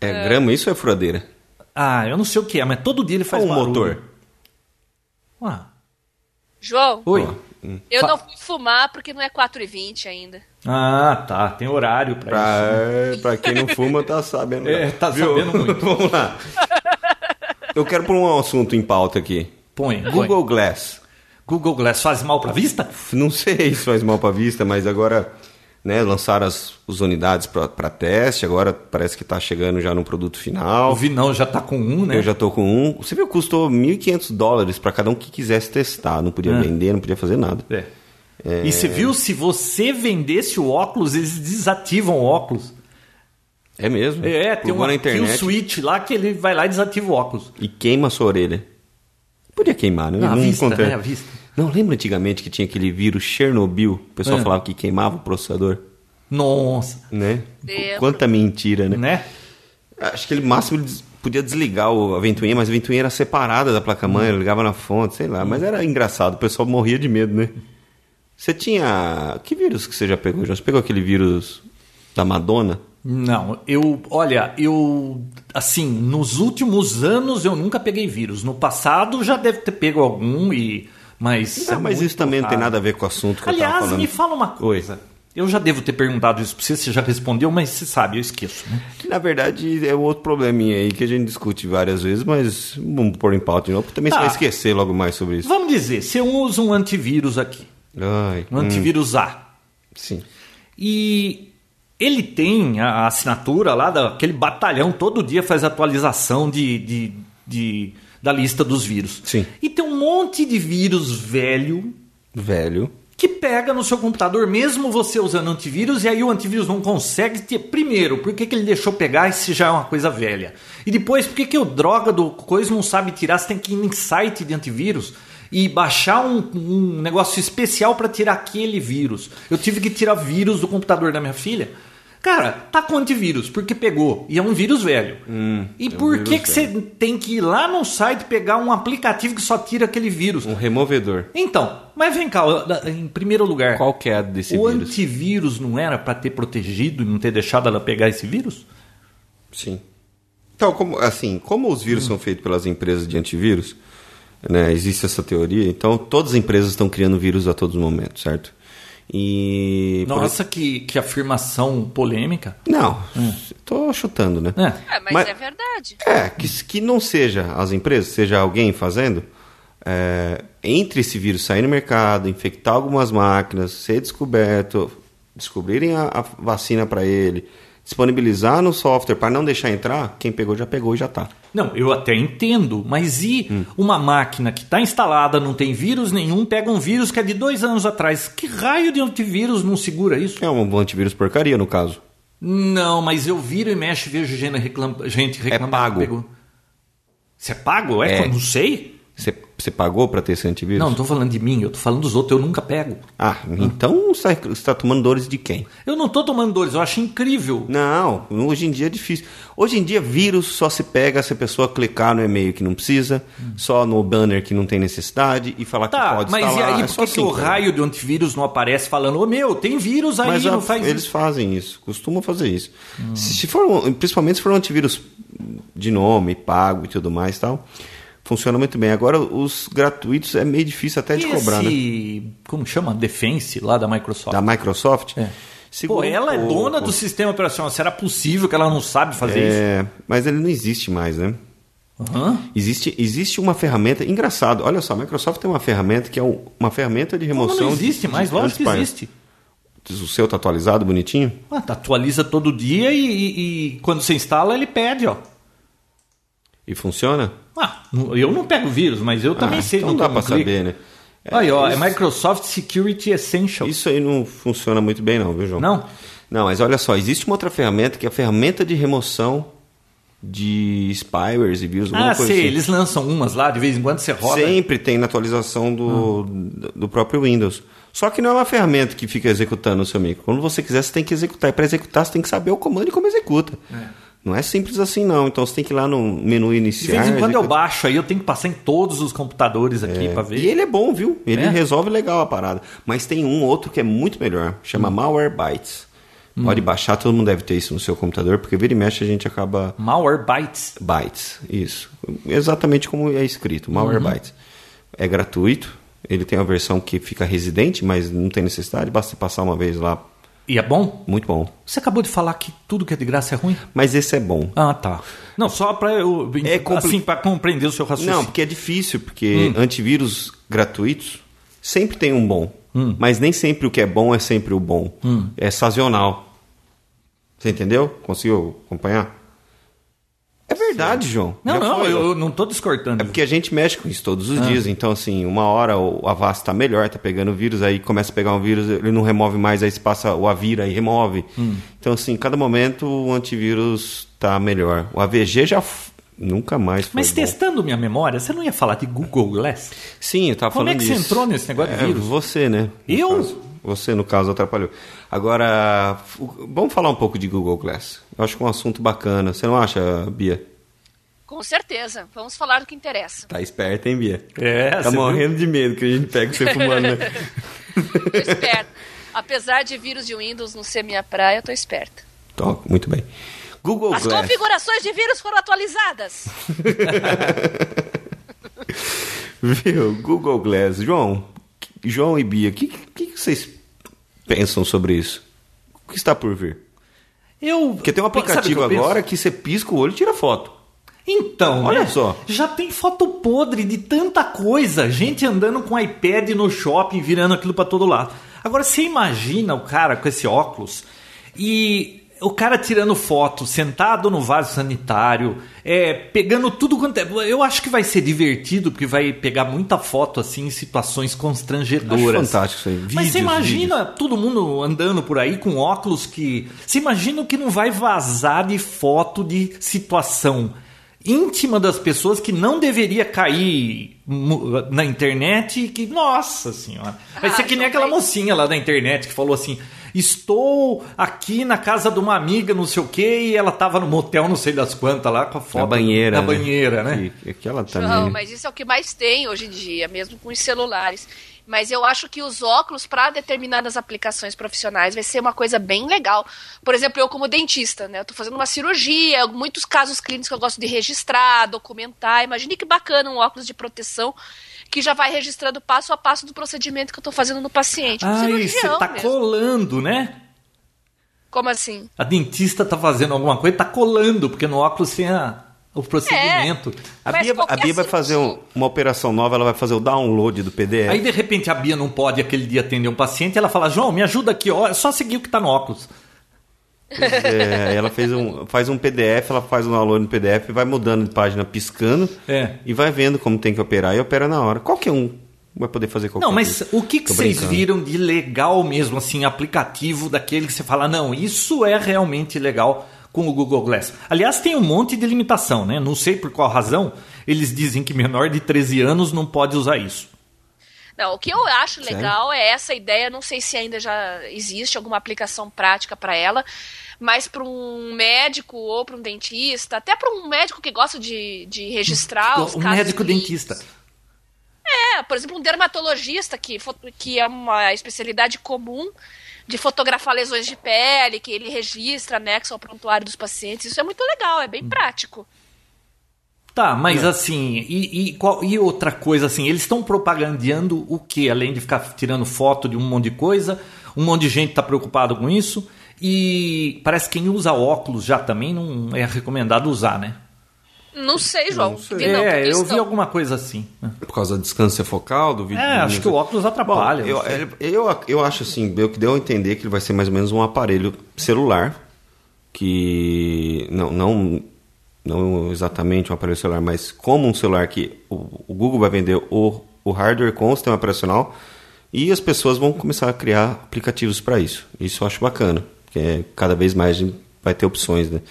É, grama, isso ou é furadeira? Ah, eu não sei o que é, mas todo dia ele faz Ou um barulho. motor? Ah, João, oi. eu Fa- não fui fumar porque não é 4h20 ainda. Ah, tá. Tem horário pra, Pra, pra quem não fuma, tá sabendo. É, tá sabendo muito. Vamos lá. Eu quero pôr um assunto em pauta aqui. isso. Põe. põe. Google Glass. Google Glass faz mal pra vista? Não sei se faz mal pra vista, mas agora né, lançaram as, as unidades pra pra teste. Agora parece que tá chegando já no produto O final. Vinão já tá com um, né? Eu já tô com um. Você viu, custou 1.500 dólares pra cada um que quisesse testar. Não podia Ah. vender, não podia fazer nada. É. E você viu, se você vendesse o óculos, eles desativam o óculos. É mesmo? É, tem Procura uma, na tem um internet switch lá que ele vai lá e desativa o óculos. e queima a sua orelha. Podia queimar, né? Não, à não vista, encontrei. né? À vista. Não, lembra antigamente que tinha aquele vírus Chernobyl? O pessoal É. falava que queimava o processador, Nossa, né? Lembro. Quanta mentira, né? né? Acho que ele máximo ele des- podia desligar o- a ventoinha, mas a ventoinha era separada da placa-mãe, ele ligava na fonte, sei lá. Mas era engraçado, o pessoal morria de medo, né? Você tinha... Que vírus que você já pegou, João? Você pegou aquele vírus da Madonna? Não, eu, olha, eu, assim, nos últimos anos eu nunca peguei vírus. No passado já deve ter pego algum e, mas. Não, é mas muito isso também não tem raro. nada a ver com o assunto que eu tava Aliás, falando. me fala uma Oi. coisa. Eu já devo ter perguntado isso pra você, você já respondeu, mas você sabe, eu esqueço. Né? Na verdade, é um outro probleminha aí que a gente discute várias vezes, mas vamos pôr em pauta de novo, porque também Tá. você vai esquecer logo mais sobre isso. Vamos dizer, se eu uso um antivírus aqui, Ai, um antivírus A, sim. E ele tem a a assinatura lá daquele batalhão, todo dia faz atualização de, de, de- da lista dos vírus. Sim. E tem um monte de vírus velho Velho. que pega no seu computador, mesmo você usando antivírus, e aí o antivírus não consegue ter. Primeiro, por que, que ele deixou pegar se já é uma coisa velha? E depois, por que, que o droga do coisa não sabe tirar? Você tem que ir em site de antivírus e baixar um, um negócio especial para tirar aquele vírus. Eu tive que tirar vírus do computador da minha filha. Cara, tá com antivírus, porque pegou. E é um vírus velho. e por Hum, é um vírus que, que você velho. tem que ir lá no site pegar um aplicativo que só tira aquele vírus? Um removedor. Então, mas vem cá, em primeiro lugar. Qual que é a desse O vírus? antivírus não era para ter protegido e não ter deixado ela pegar esse vírus? Sim. Então, como, assim, como os Hum. vírus são feitos pelas empresas de antivírus, né, existe essa teoria, então todas as empresas estão criando vírus a todos os momentos, certo? E. por- Nossa, que, que afirmação polêmica. Não, tô chutando, né? Hum. É. É, mas, Mas- é verdade. É, que, s- que não seja as empresas, seja alguém fazendo, é, entre esse vírus sair no mercado, infectar algumas máquinas, ser descoberto, descobrirem a, a vacina para ele, disponibilizar no software para não deixar entrar, quem pegou já pegou e já tá. Não, eu até entendo, mas e Hum. uma máquina que está instalada, não tem vírus nenhum, pega um vírus que é de dois anos atrás? Que raio de antivírus não segura isso? É um antivírus porcaria, no caso. Não, mas eu viro e mexo e vejo gente reclamando. Gente reclamando que É pago. pegou. Você é pago? É, É. que eu não sei. Você você pagou para ter esse antivírus? Não, não tô falando de mim, eu tô falando dos outros, eu nunca pego. Ah, então você está tomando dores de quem? Eu não tô tomando dores, eu acho incrível. Não, hoje em dia é difícil. Hoje em dia, vírus só se pega se a pessoa clicar no e-mail que não precisa, só no banner que não tem necessidade e falar que Tá, pode mas e instalar. aí É por só que, que o assim, cara. raio de antivírus não aparece falando, ô meu, tem vírus aí, Mas a- não faz eles isso. Hum. fazem isso, costumam fazer isso. Se, se for, um- principalmente se for um antivírus de nome, pago e tudo mais e tal, funciona muito bem. Agora, os gratuitos é meio difícil até de E cobrar, né? esse, como chama? Defense lá da Microsoft. Da Microsoft. É. Pô, segura um ela é dona pouco. do sistema operacional. Será possível que ela não sabe fazer isso? É, mas ele não existe mais, né? Aham. Existe, existe uma ferramenta, engraçado, olha só, a Microsoft tem uma ferramenta que é um- uma ferramenta de Como remoção. não existe de- de mais? Lógico que antispy. existe. O seu tá atualizado, bonitinho? Ah, tá, atualiza todo dia e, e- e quando você instala, ele pede, ó. E funciona? Ah, não- eu não pego vírus, mas eu também Ah, sei. então não dá tomo pra clique. saber, né? aí, ó, isso- é Microsoft Security Essential. Isso aí não funciona muito bem não, viu, João? Não? Não, mas olha só, existe uma outra ferramenta que é a ferramenta de remoção de spywares e vírus, alguma ah, coisa sei, assim. eles lançam umas lá, de vez em quando você roda. Sempre tem na atualização do, Ah. do- do próprio Windows. Só que não é uma ferramenta que fica executando o seu micro. Quando você quiser, você tem que executar. E para executar, você tem que saber o comando e como executa. Não é simples assim, não. Então você tem que ir lá no menu De iniciar. vez em quando é eu executar. baixo aí, eu tenho que passar em todos os computadores aqui pra ver. E ele é bom, viu? Ele É? resolve legal a parada. Mas tem um outro que é muito melhor. Hum. Chama Malwarebytes. Pode baixar, todo mundo deve ter isso no seu computador, porque vira e mexe a gente acaba Malwarebytes. bytes, isso. Exatamente como é escrito, Uhum. malware bytes. É gratuito, ele tem uma versão que fica residente, mas não tem necessidade, basta você passar uma vez lá, E é bom? muito bom. Você acabou de falar que tudo que é de graça é ruim? Mas esse é bom. Ah, tá. Não, só pra eu. É compli- Assim, pra compreender o seu raciocínio. Não, porque é difícil, porque Hum. antivírus gratuitos sempre tem um bom, Hum. mas nem sempre o que é bom é sempre o bom. É sazonal. Você entendeu? Conseguiu acompanhar? É verdade, João. Não, Já não, foi, eu, ó. eu não tô discordando. É porque a gente mexe com isso todos os dias, então assim, uma hora o Avast tá melhor, tá pegando vírus, aí começa a pegar um vírus, ele não remove mais, aí se passa o Avira e remove. Então assim, cada momento o antivírus tá melhor. O AVG já f- nunca mais foi Mas bom. testando minha memória, você não ia falar de Google Glass? Sim, eu tava Como é falando que você disso. entrou nesse negócio de É, vírus? Você, né? no Eu? caso. Você, no caso, atrapalhou. Agora, o- vamos falar um pouco de Google Glass. Eu acho que é um assunto bacana. Você não acha, Bia? Com certeza. Vamos falar do que interessa. Tá esperta, hein, Bia? É, tá você viu? morrendo de medo que a gente pega você fumando, né? Tô esperta. Apesar de vírus de Windows não ser minha praia, eu tô esperta. Então, muito bem. Google As Glass. configurações de vírus foram atualizadas. Viu? Google Glass. João, que- João e Bia, o que, que, que vocês pensam sobre isso? O que está por vir? Eu. Porque tem um Pô, sabe o que aplicativo eu penso? agora que você pisca o olho e tira foto. Então, Olha né? só. Já tem foto podre de tanta coisa. Gente andando com iPad no shopping, virando aquilo pra todo lado. Agora, você imagina o cara com esse óculos e o cara tirando foto, sentado no vaso sanitário, é, pegando tudo quanto é. Eu acho que vai ser divertido, porque vai pegar muita foto assim em situações Acho constrangedoras. fantástico isso aí. Vídeos, Mas você imagina vídeos. é todo mundo andando por aí com óculos que. Você imagina o que não vai vazar de foto de situação íntima das pessoas que não deveria cair mu- na internet e que. Nossa senhora! Vai ser Ah, que nem não aquela vai. mocinha lá da internet que falou assim. Estou aqui na casa de uma amiga, não sei o quê, e ela tava no motel, não sei das quantas, lá com a foto. Na banheira. Na banheira, né? Que, tá aquela também. Não, mas isso é o que mais tem hoje em dia, mesmo com os celulares. Mas eu acho que os óculos para determinadas aplicações profissionais vai ser uma coisa bem legal. Por exemplo, eu como dentista, né? Eu tô fazendo uma cirurgia, muitos casos clínicos que eu gosto de registrar, documentar. Imagine que bacana um óculos de proteção que já vai registrando passo a passo do procedimento que eu tô fazendo no paciente. Um Ai, você cirurgião tá mesmo. colando, né? Como assim? A dentista tá fazendo alguma coisa, tá colando, porque no óculos tem a- o procedimento. A Mas Bia, a qualquer Bia vai cirurgia- fazer um- uma operação nova, ela vai fazer o download do PDF. Aí de repente a Bia não pode aquele dia atender um paciente, ela fala: "João, me ajuda aqui, ó, é só seguir o que tá no óculos". É, ela fez um, faz um PDF, ela faz um download no PDF, vai mudando de página, piscando É. e vai vendo como tem que operar e opera na hora. Qualquer um vai poder fazer qualquer Não, mas coisa. o que, que Tô vocês brincando. viram de legal mesmo assim, aplicativo daquele que você fala: "Não, isso é realmente legal com o Google Glass". Aliás, tem um monte de limitação, né? Não sei por qual razão eles dizem que menor de 13 anos não pode usar isso. Não, o que eu acho Sério? legal é essa ideia. Não sei se ainda já existe alguma aplicação prática para ela, mas para um médico ou para um dentista, até para um médico que gosta de, de registrar Ah, os um casos médico clínicos. dentista. É, por exemplo, um dermatologista que, fo- que é uma especialidade comum de fotografar lesões de pele, que ele registra anexo ao prontuário dos pacientes. Isso é muito legal, é bem Hum. prático. Tá, mas assim, e, e qual- e outra coisa assim, eles estão propagandeando o que? Além de ficar tirando foto de um monte de coisa, um monte de gente está preocupado com isso. E parece que quem usa óculos já também não é recomendado usar, né? Não sei, João. Não sei. vi não, é, porque eu isso vi não- alguma coisa assim. Por causa da distância focal do vídeo. É, acho que o óculos atrapalha. Bom, eu, não sei. eu, eu acho assim, o que deu a entender que ele vai ser mais ou menos um aparelho celular, que não, não, não exatamente um aparelho celular, mas como um celular que o, o Google vai vender o, o hardware com o sistema operacional e as pessoas vão começar a criar aplicativos para isso. Isso eu acho bacana, porque é, cada vez mais vai ter opções, né?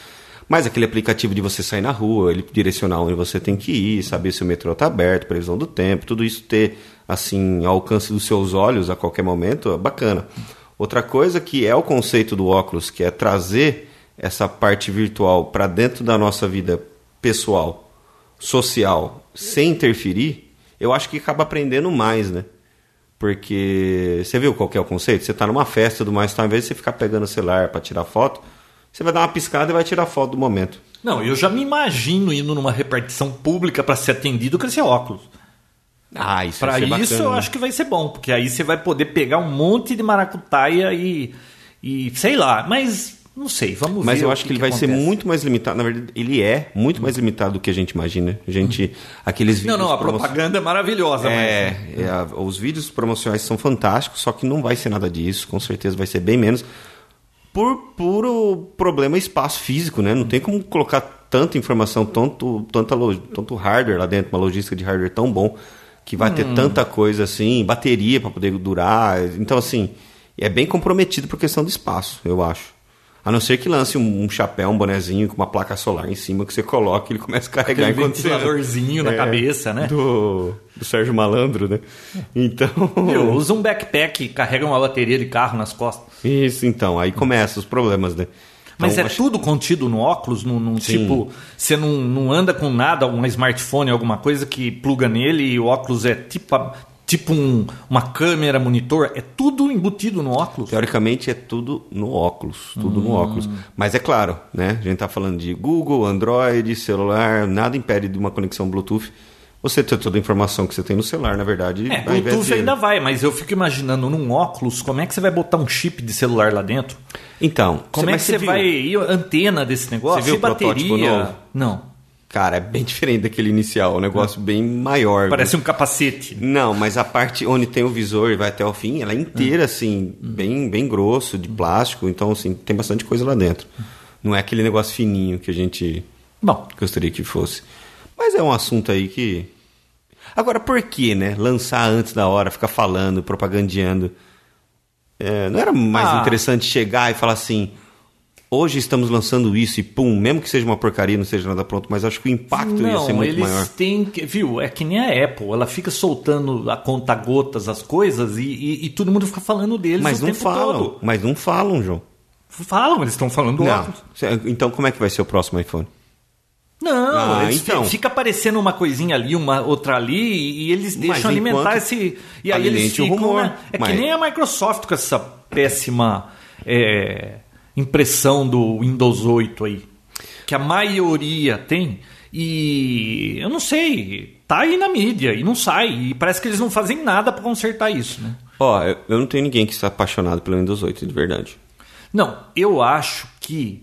Mas aquele aplicativo de você sair na rua, ele direcionar onde você tem que ir, saber se o metrô está aberto, previsão do tempo, tudo isso ter assim ao alcance dos seus olhos a qualquer momento, é bacana. Outra coisa que é o conceito do óculos, que é trazer essa parte virtual para dentro da nossa vida pessoal, social, sem interferir, eu acho que acaba aprendendo mais, né? Porque você viu qual que é o conceito? Você está numa festa e tudo mais, tá? ao invés de você ficar pegando o celular para tirar foto, você vai dar uma piscada e vai tirar foto do momento. Não, eu já me imagino indo numa repartição pública para ser atendido com esse óculos. Ah, isso Pra isso eu acho que vai ser bom, porque aí você vai poder pegar um monte de maracutaia e, e sei lá, mas não sei, vamos Mas ver. eu o acho que, ele vai ser acontece. Uhum. muito mais limitado. Na verdade, ele é muito mais limitado do que a gente imagina. A gente. Aqueles Não, vídeos. não, a promo- propaganda é maravilhosa, É, mas. é, a- os vídeos promocionais são fantásticos, só que não vai ser nada disso, com certeza vai ser bem menos. Por puro problema espaço físico, né? Não tem como colocar tanta informação, tanto, tanta lo- tanto hardware lá dentro, uma logística de hardware tão bom, que vai Hum. ter tanta coisa assim, bateria para poder durar. Então, assim, é bem comprometido por questão do espaço, eu acho. A não ser que lance um, um chapéu, um bonezinho com uma placa solar em cima que você coloca e ele começa a carregar Aquele enquanto você anda. ventiladorzinho na É, cabeça, né? Do, do Sérgio Malandro, né? Então. Meu, usa um backpack, carrega uma bateria de carro nas costas. Isso, então. Aí começam os problemas, né? Mas Então, é acho- tudo contido no óculos, num, num Sim. tipo, você não, não anda com nada, um smartphone, alguma coisa que pluga nele e o óculos é tipo, a- tipo um- uma câmera, monitor, é tudo embutido no óculos. Teoricamente é tudo no óculos. Tudo Hum. no óculos. Mas é claro, né? A gente tá falando de Google, Android, celular, nada impede de uma conexão Bluetooth. Você ter toda a informação que você tem no celular, na verdade. É, ao invés Bluetooth de- ainda vai, mas eu fico imaginando num óculos, como é que você vai botar um chip de celular lá dentro? Então, Como é mas que você viu? vai. E a antena desse negócio? Você viu E o protótipo bateria? novo? Não. Cara, é bem diferente daquele inicial, um negócio bem É. maior. Parece um capacete. Não, mas a parte onde tem o visor e vai até o fim, ela é inteira, Hum. assim, bem, bem grosso, de plástico. Então, assim, tem bastante coisa lá dentro. Hum. Não é aquele negócio fininho que a gente Bom, gostaria que fosse. Mas é um assunto aí que... Agora, por que, né? Lançar antes da hora, ficar falando, propagandeando. É, não era mais Ah. interessante chegar e falar assim... Hoje estamos lançando isso e pum, mesmo que seja uma porcaria, não seja nada pronto, mas acho que o impacto ia ser muito eles maior. têm que. Viu? É que nem a Apple. Ela fica soltando a conta gotas as coisas e, e- e todo mundo fica falando deles Mas o não tempo falam, todo. mas não falam, João. Falam, eles estão falando Não. alto. Cê- Então como é que vai ser o próximo iPhone? Não, Ah, eles então. fi- fica aparecendo uma coisinha ali, uma outra ali, e- e eles deixam alimentar enquanto esse. E aí eles alimente o ficam, rumor, né? É mas- que nem a Microsoft com essa péssima é, impressão do Windows 8 aí. Que a maioria tem. E eu não sei, tá aí na mídia e não sai. E parece que eles não fazem nada pra consertar isso, né? Ó, eu, eu não tenho ninguém que está apaixonado pelo Windows 8, de verdade. Não, eu acho que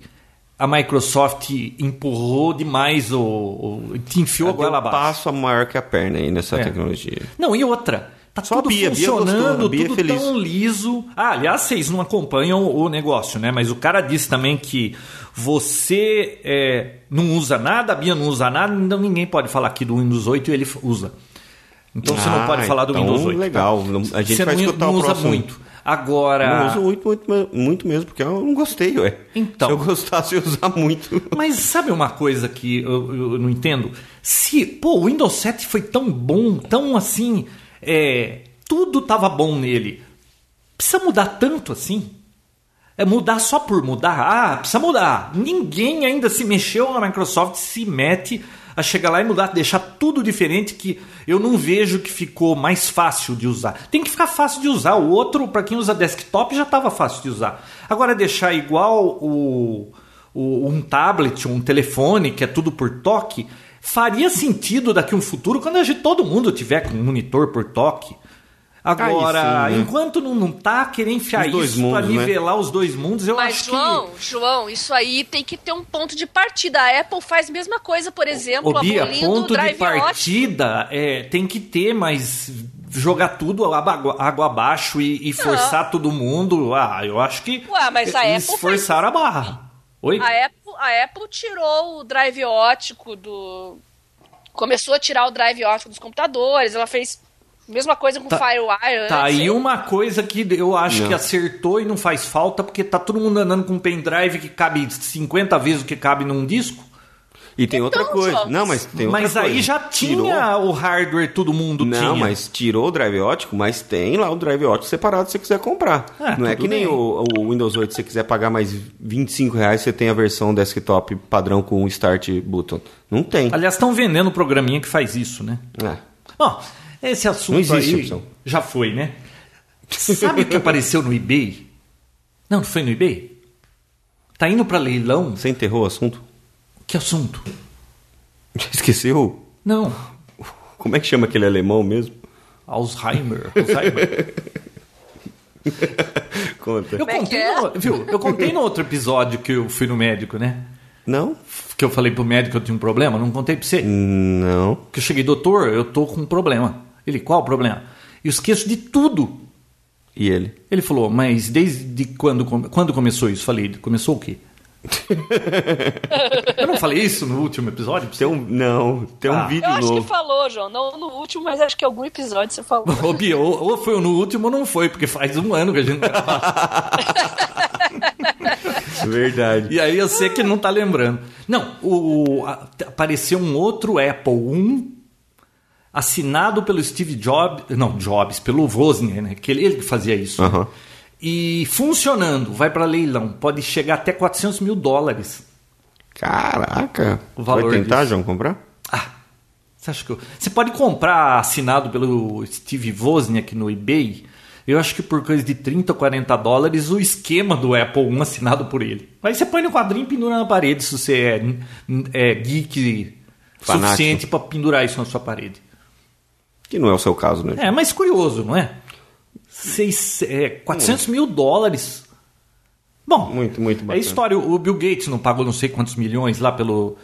a Microsoft empurrou demais o. o te enfiou a Ela deu goela um abaixo. passo a maior que a perna aí nessa É. tecnologia. Não, e outra. Tá Só a tudo Bia, Bia gostou, funcionando, a Bia é tudo feliz. tão liso. Ah, aliás, vocês não acompanham o negócio, né? Mas o cara disse também que você é, não usa nada, a Bia não usa nada, então ninguém pode falar aqui do Windows 8 e ele usa. Então você não Ah, pode falar do então Windows 8. tá? legal. Não- a gente você vai não, escutar não o usa próximo. muito. Ah. Agora. Não uso muito, muito, muito mesmo, porque eu não gostei, ué. Então. Se eu gostasse, eu ia usar muito. Mas sabe uma coisa que eu, eu não entendo? Se, pô, o Windows 7 foi tão bom, tão assim, é, tudo tava bom nele. Precisa mudar tanto assim? É mudar só por mudar? Ah, precisa mudar. Ninguém ainda se mexeu na Microsoft, se mete a chegar lá e mudar, deixar tudo diferente que eu não vejo que ficou mais fácil de usar. Tem que ficar fácil de usar. O outro, para quem usa desktop, já estava fácil de usar. Agora deixar igual o, o- um tablet, um telefone, que é tudo por toque, faria sentido daqui a um futuro quando a gente, todo mundo tiver com um monitor por toque. Agora, Aí sim, né? enquanto não, não tá querendo enfiar Os dois isso para mundos, né? nivelar os dois mundos, eu Mas, acho João, João, isso aí tem que ter um ponto de partida. A Apple faz a mesma coisa, por que. exemplo, Ô, Bia, abolindo o ponto de é um drive ótico. partida é, tem que ter, mas jogar tudo água, água abaixo e, e forçar todo mundo. Ah, eu acho que. Ué, mas a eles Apple faz forçaram a barra. Oi? A Apple, a Apple tirou o drive ótico do. Começou a tirar o drive ótico dos computadores, ela fez a mesma coisa com o Tá- Firewire. Tá antes. aí uma coisa que eu acho Não. que acertou e não faz falta, porque tá todo mundo andando com um pendrive que cabe 50 vezes o que cabe num disco. E tem outra Então, coisa. João, Não, mas tem outra Mas coisa. aí já Tirou- tinha o hardware, todo mundo tinha. Não, mas tirou o drive ótico, mas tem lá o drive ótico separado se você quiser comprar. Ah, não é tudo que nem bem. o, o Windows 8, se você quiser pagar mais 25 reais, você tem a versão desktop padrão com start button. Não tem. Aliás, estão vendendo um programinha que faz isso, né? É. Bom, esse assunto Não existe aí opção. já foi, né? Sabe o que apareceu no eBay? Não, não foi no eBay? Tá indo pra leilão? Você enterrou o assunto? Que assunto? Já esqueceu? Não. Como é que chama aquele alemão mesmo? Alzheimer. Alzheimer. Conta. Eu, é que contei é? no, viu? eu contei no outro episódio que eu fui no médico, né? Não? Que eu falei pro médico que eu tinha um problema, não contei pra você? Não. Que eu cheguei, doutor, eu tô com um problema. Ele, qual o problema? Eu esqueço de tudo. E ele? Ele falou, mas desde quando, come- quando começou isso? Falei, começou o quê? eu não falei isso no último episódio? pra você? Tem um, não, tem um Ah. Eu vídeo acho que novo. falou, João. Não no último, mas acho que em algum episódio você falou. Ô, Bia, ou, ou foi no último ou não foi, porque faz um ano que a gente não grava. Verdade. E aí eu sei que não tá lembrando. Não, o, a- apareceu um outro Apple I assinado pelo Steve Jobs, não, Jobs, pelo Wozniak, né? Que ele, ele que fazia isso. né? Aham. E funcionando, vai para leilão, pode chegar até 400 mil dólares. Caraca. O valor Vai tentar, disso. João, comprar? Ah, você acha que eu... Você pode comprar assinado pelo Steve Wozniak no eBay? Eu acho que por coisa de 30 ou 40 dólares o esquema do Apple 1 assinado por ele. Aí você põe no quadrinho e pendura na parede se você é, é geek Fanático. suficiente para pendurar isso na sua parede. Que não é o seu caso, né? É, mas curioso, não é? Seis, é 400 mil dólares. Bom, Muito, muito é bacana. história. O Bill Gates não pagou não sei quantos milhões lá pelo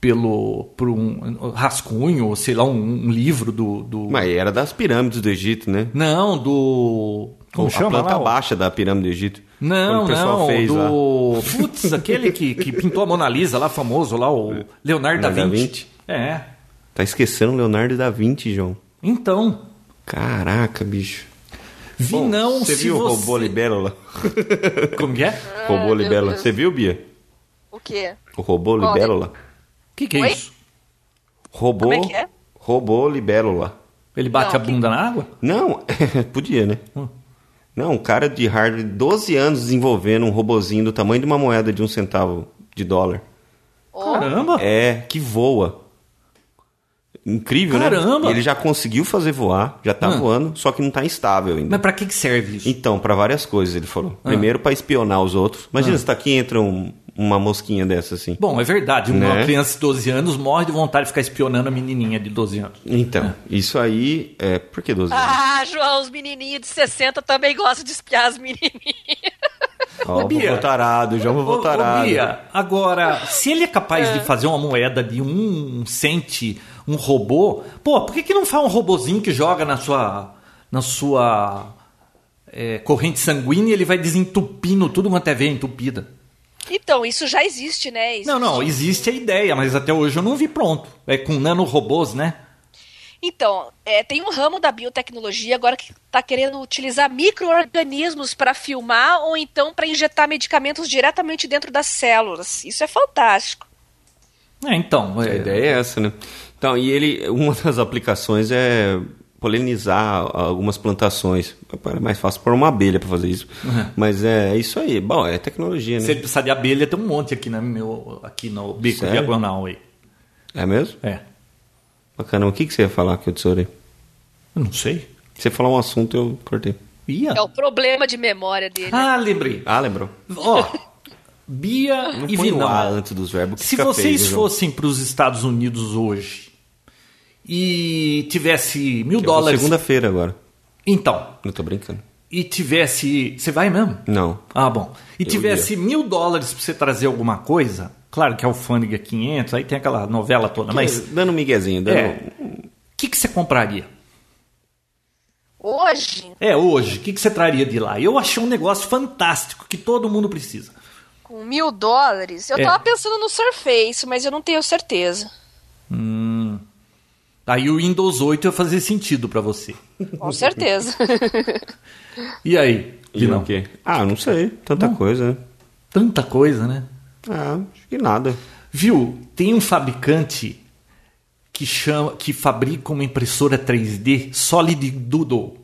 pelo por um rascunho, ou sei lá, um, um livro do, do. Mas era das pirâmides do Egito, né? Não, do. Como a chama? planta lá, ó? baixa da pirâmide do Egito. Quando Não, o pessoal não, fez lá. do. Putz, aquele que, que pintou a Mona Lisa lá, famoso lá, o Leonardo da Leonardo da Vinci. Vinci. É. Tá esquecendo Leonardo da Vinci, João. Então, Caraca, bicho. vi Bom, não Você se viu o você... robô libelo lá? Como que é? robô Ah, meu libelo. Deus. Você viu, Bia? O quê? O robô Qual libelo lá? O que, que é Oi? isso? Robô. Como é que é? Robô libelo lá. Ele bate Não, a que- bunda na água? Não, podia, né? Hum. Não, um cara de hardware, 12 anos desenvolvendo um robozinho do tamanho de uma moeda de um centavo de dólar. Ó, Caramba! É, que voa. Incrível, né? Caramba! Ele já conseguiu fazer voar, já tá Ah. voando, só que não tá instável ainda. Mas Ah. pra que, que serve isso? Então, pra várias coisas, ele falou. Primeiro, pra espionar os outros. Ah. Imagina, se tá aqui entra um- uma mosquinha dessa assim. Bom, é verdade, uma Né? criança de 12 anos morre de vontade de ficar espionando a menininha de 12 anos. Então, Ah. isso aí é. Por que 12 anos? Ah, João, os menininhos de 60 também gostam de espiar as menininhas. Ó, Ô, Bia. vovô tarado, já Ô, vou ô, tarado. Bia, agora, se ele é capaz de fazer uma moeda de um cente, um robô, pô, por que, que não faz um robozinho que joga na sua, na sua é, corrente sanguínea e ele vai desentupindo tudo quanto é veia entupida? Então, isso já existe, né? Isso Não, não, existe a ideia, mas até hoje eu não vi pronto. É com nanorobôs, né? Então, é, tem um ramo da biotecnologia agora que está querendo utilizar micro-organismos para filmar ou então para injetar medicamentos diretamente dentro das células. Isso é fantástico. É, então, A é, ideia é essa, né? Então, e ele, uma das aplicações é polinizar algumas plantações. É mais fácil pôr uma abelha pra fazer isso. Mas é isso aí. Bom, é tecnologia, né? se ele precisar de abelha, tem um monte aqui, na meu, aqui no bico Sério? diagonal aí. É mesmo? É, Bacana. O que, que você ia falar que eu tesourei? eu não sei. Você falou um assunto, eu cortei. Ia. É o né? problema de memória dele. Ah, lembrei. Ah, lembrou. Ó, Bia Não e põe o A Vinão. antes dos verbos. que Se fica feio, vocês João. fossem para os Estados Unidos hoje e tivesse mil Eu vou dólares. É Segunda-feira agora. Então, Não tô brincando. e tivesse. Você vai mesmo? Não. Ah, bom. E Eu tivesse mil dólares para você trazer alguma coisa. Claro que a alfândega é 500, aí tem aquela novela toda, Ah, mas. Dando um miguezinho. Dando... É. O que, que você compraria? Hoje, É, hoje, o que, que você traria de lá? Eu achei um negócio fantástico que todo mundo precisa. com mil dólares, eu É. tava pensando no Surface, mas eu não tenho certeza. Aí o Windows 8 ia fazer sentido para você. Com certeza. E aí, E Vinão? o quê? Ah, não sei. Tanta coisa. né? Tanta coisa, né? Ah, acho que nada. Viu? Tem um fabricante que chama, que fabrica uma impressora 3D Solid Doodle.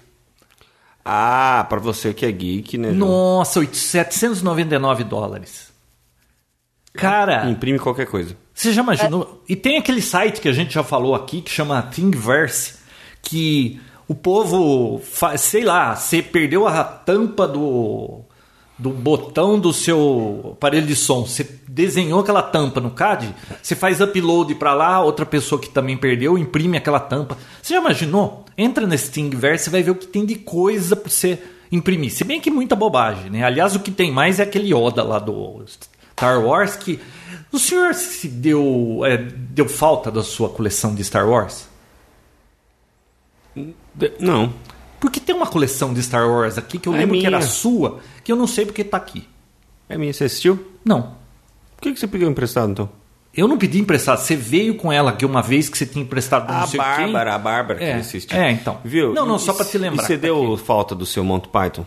Ah, pra você que é geek, né? João? Nossa, 8, 799 dólares. Cara, Imprime qualquer coisa. você já imaginou? E tem aquele site que a gente já falou aqui que chama Thingiverse, que o povo, fa- sei lá, você perdeu a tampa do do botão do seu aparelho de som, você desenhou aquela tampa no CAD, você faz upload pra lá, outra pessoa que também perdeu imprime aquela tampa. Você já imaginou? Entra nesse Thingiverse e vai ver o que tem de coisa pra você imprimir. Se bem que muita bobagem, né? Aliás, o que tem mais é aquele Yoda lá do Star Wars que o senhor se deu é, deu falta da sua coleção de Star Wars? Não. Porque tem uma coleção de Star Wars aqui que eu É lembro que era minha. sua, que eu não sei porque tá aqui. É minha, você assistiu? Não, Por que, que você pegou emprestado, então? Eu não pedi emprestado, você veio com ela aqui uma vez que você tinha emprestado pra não A sei Ah, Bárbara, quem. a Bárbara É, que assiste. é, então. Viu? Não, não, E- só pra te lembrar, E você tá deu falta do seu Monty Python?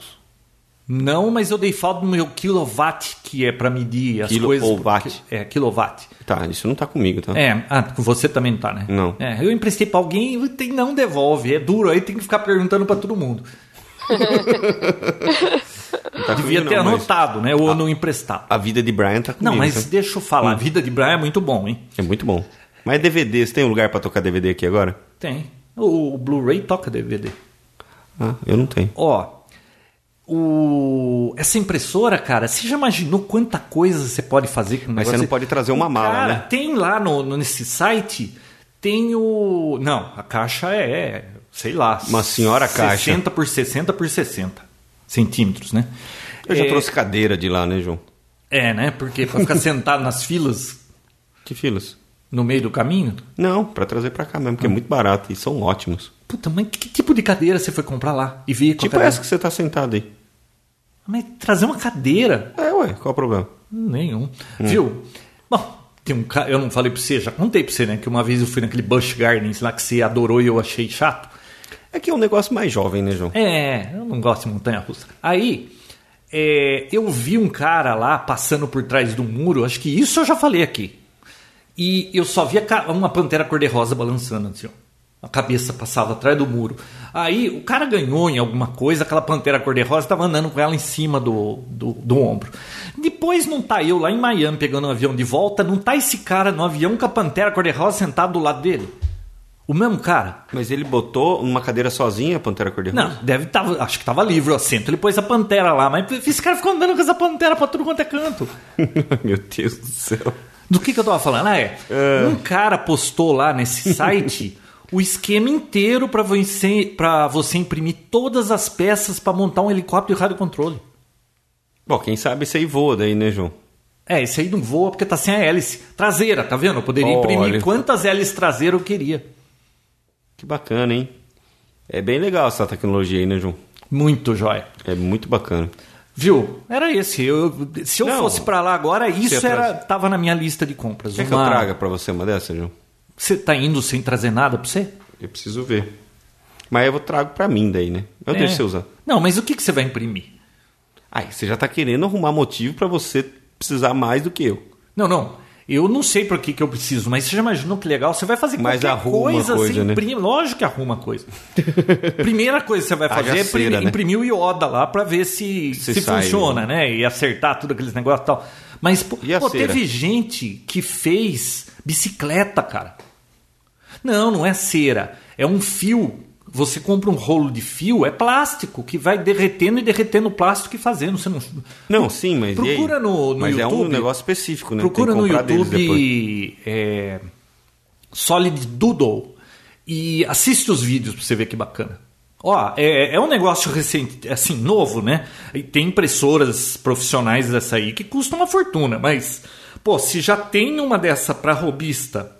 Não, mas eu dei falta do meu kilowatt, que é pra medir as Quilo coisas. ou watt. porque- É, kilowatt. Tá, isso não tá comigo, tá? É, ah, com você também não tá, né? Não. É, eu emprestei pra alguém e tem- não devolve. É duro, aí tem que ficar perguntando pra todo mundo. Não tá Devia comigo, ter não, mas anotado, né? Ou não emprestar. A vida de Brian tá comigo. Não, mas tá? deixa eu falar, a vida de Brian é muito bom, hein? É muito bom. Mas DVD, você tem um lugar pra tocar DVD aqui agora? Tem. O, o Blu-ray toca DVD. Ah, eu não tenho. Ó, o... essa impressora, cara, você já imaginou quanta coisa você pode fazer com um Mas você negócio? não pode trazer uma mala, cara, né? Tem lá no, no- nesse site, tem o. Não, a caixa é, sei lá. Uma senhora caixa. 60 por 60 por 60 centímetros, né? Eu já é, trouxe cadeira de lá, né, João? É, né? Porque pra ficar sentado nas filas. Que filas? No meio do caminho? Não, pra trazer pra cá Ah. mesmo, porque é muito barato e são ótimos. Puta, mas que tipo de cadeira você foi comprar lá? E veio com a Tipo cadeira? essa que você tá sentado aí. Mas trazer uma cadeira? É, ué, qual o problema? Nenhum. Viu? Bom, tem um cara. Eu não falei pra você, já contei pra você, né? Que uma vez eu fui naquele Bush Gardens lá que você adorou e eu achei chato. É que é um negócio mais jovem, né, João? É, eu não gosto de montanha russa. Aí, é, eu vi um cara lá passando por trás do muro, acho que isso eu já falei aqui. E eu só via ca- uma pantera cor-de-rosa balançando, assim, ó. A cabeça passava atrás do muro. Aí o cara ganhou em alguma coisa, aquela pantera cor-de-rosa estava andando com ela em cima do, do, do ombro. Depois não tá eu lá em Miami pegando um avião de volta, não tá esse cara no avião com a pantera cor-de-rosa sentado do lado dele. O mesmo cara. Mas ele botou numa cadeira sozinha a Pantera Cor-de-Rosa? Não, deve tava, acho que tava livre o assento. Ele pôs a pantera lá, mas esse cara ficou andando com essa pantera pra tudo quanto é canto. Meu Deus do céu. Do que, que eu tava falando? Ah, é. Um cara postou lá nesse site o esquema inteiro pra você, pra você imprimir todas as peças pra montar um helicóptero e rádio controle. Bom, quem sabe isso aí voa daí, né, João? É, esse aí não voa porque tá sem a hélice. Traseira, tá vendo? Eu poderia Olha. imprimir quantas hélices traseiras eu queria. Que bacana, hein? É bem legal essa tecnologia aí, né, João? Muito jóia. É muito bacana. Viu? Era esse. Eu, eu- se eu Não. fosse pra lá agora, isso Você era, traz. tava na minha lista de compras. Quer que eu Uma- traga pra você uma dessa, João? Você tá indo sem trazer nada pra você? Eu preciso ver. Mas eu trago pra mim daí, né? Eu É. deixo você usar. Não, mas o que, que você vai imprimir? Ai, você já tá querendo arrumar motivo pra você precisar mais do que eu. Não, não. Eu não sei pra que, que eu preciso, mas você já imaginou que legal? Você vai fazer Mas qualquer arruma coisa, coisa, você né? imprime. Lógico que arruma coisa. Primeira coisa que você vai Haja fazer é cera, imprimir, né? imprimir o Yoda lá pra ver se, Se se, sai, funciona, né? E acertar tudo aqueles negócios e tal. Mas, pô, E a pô, cera? teve gente que fez bicicleta, cara. Não, não é cera. É um fio. Você compra um rolo de fio, é plástico, que vai derretendo e derretendo o plástico e fazendo. Você não. Não, sim, mas. e aí? Procura no- no Mas é um YouTube. negócio específico, né? Procura Tem que no comprar deles depois. YouTube é, Solid Doodle e assiste os vídeos pra você ver que bacana. Ó, é, é um negócio recente, assim, novo, né? E tem impressoras profissionais dessa aí que custam uma fortuna, mas, pô, se já tem uma dessa pra robista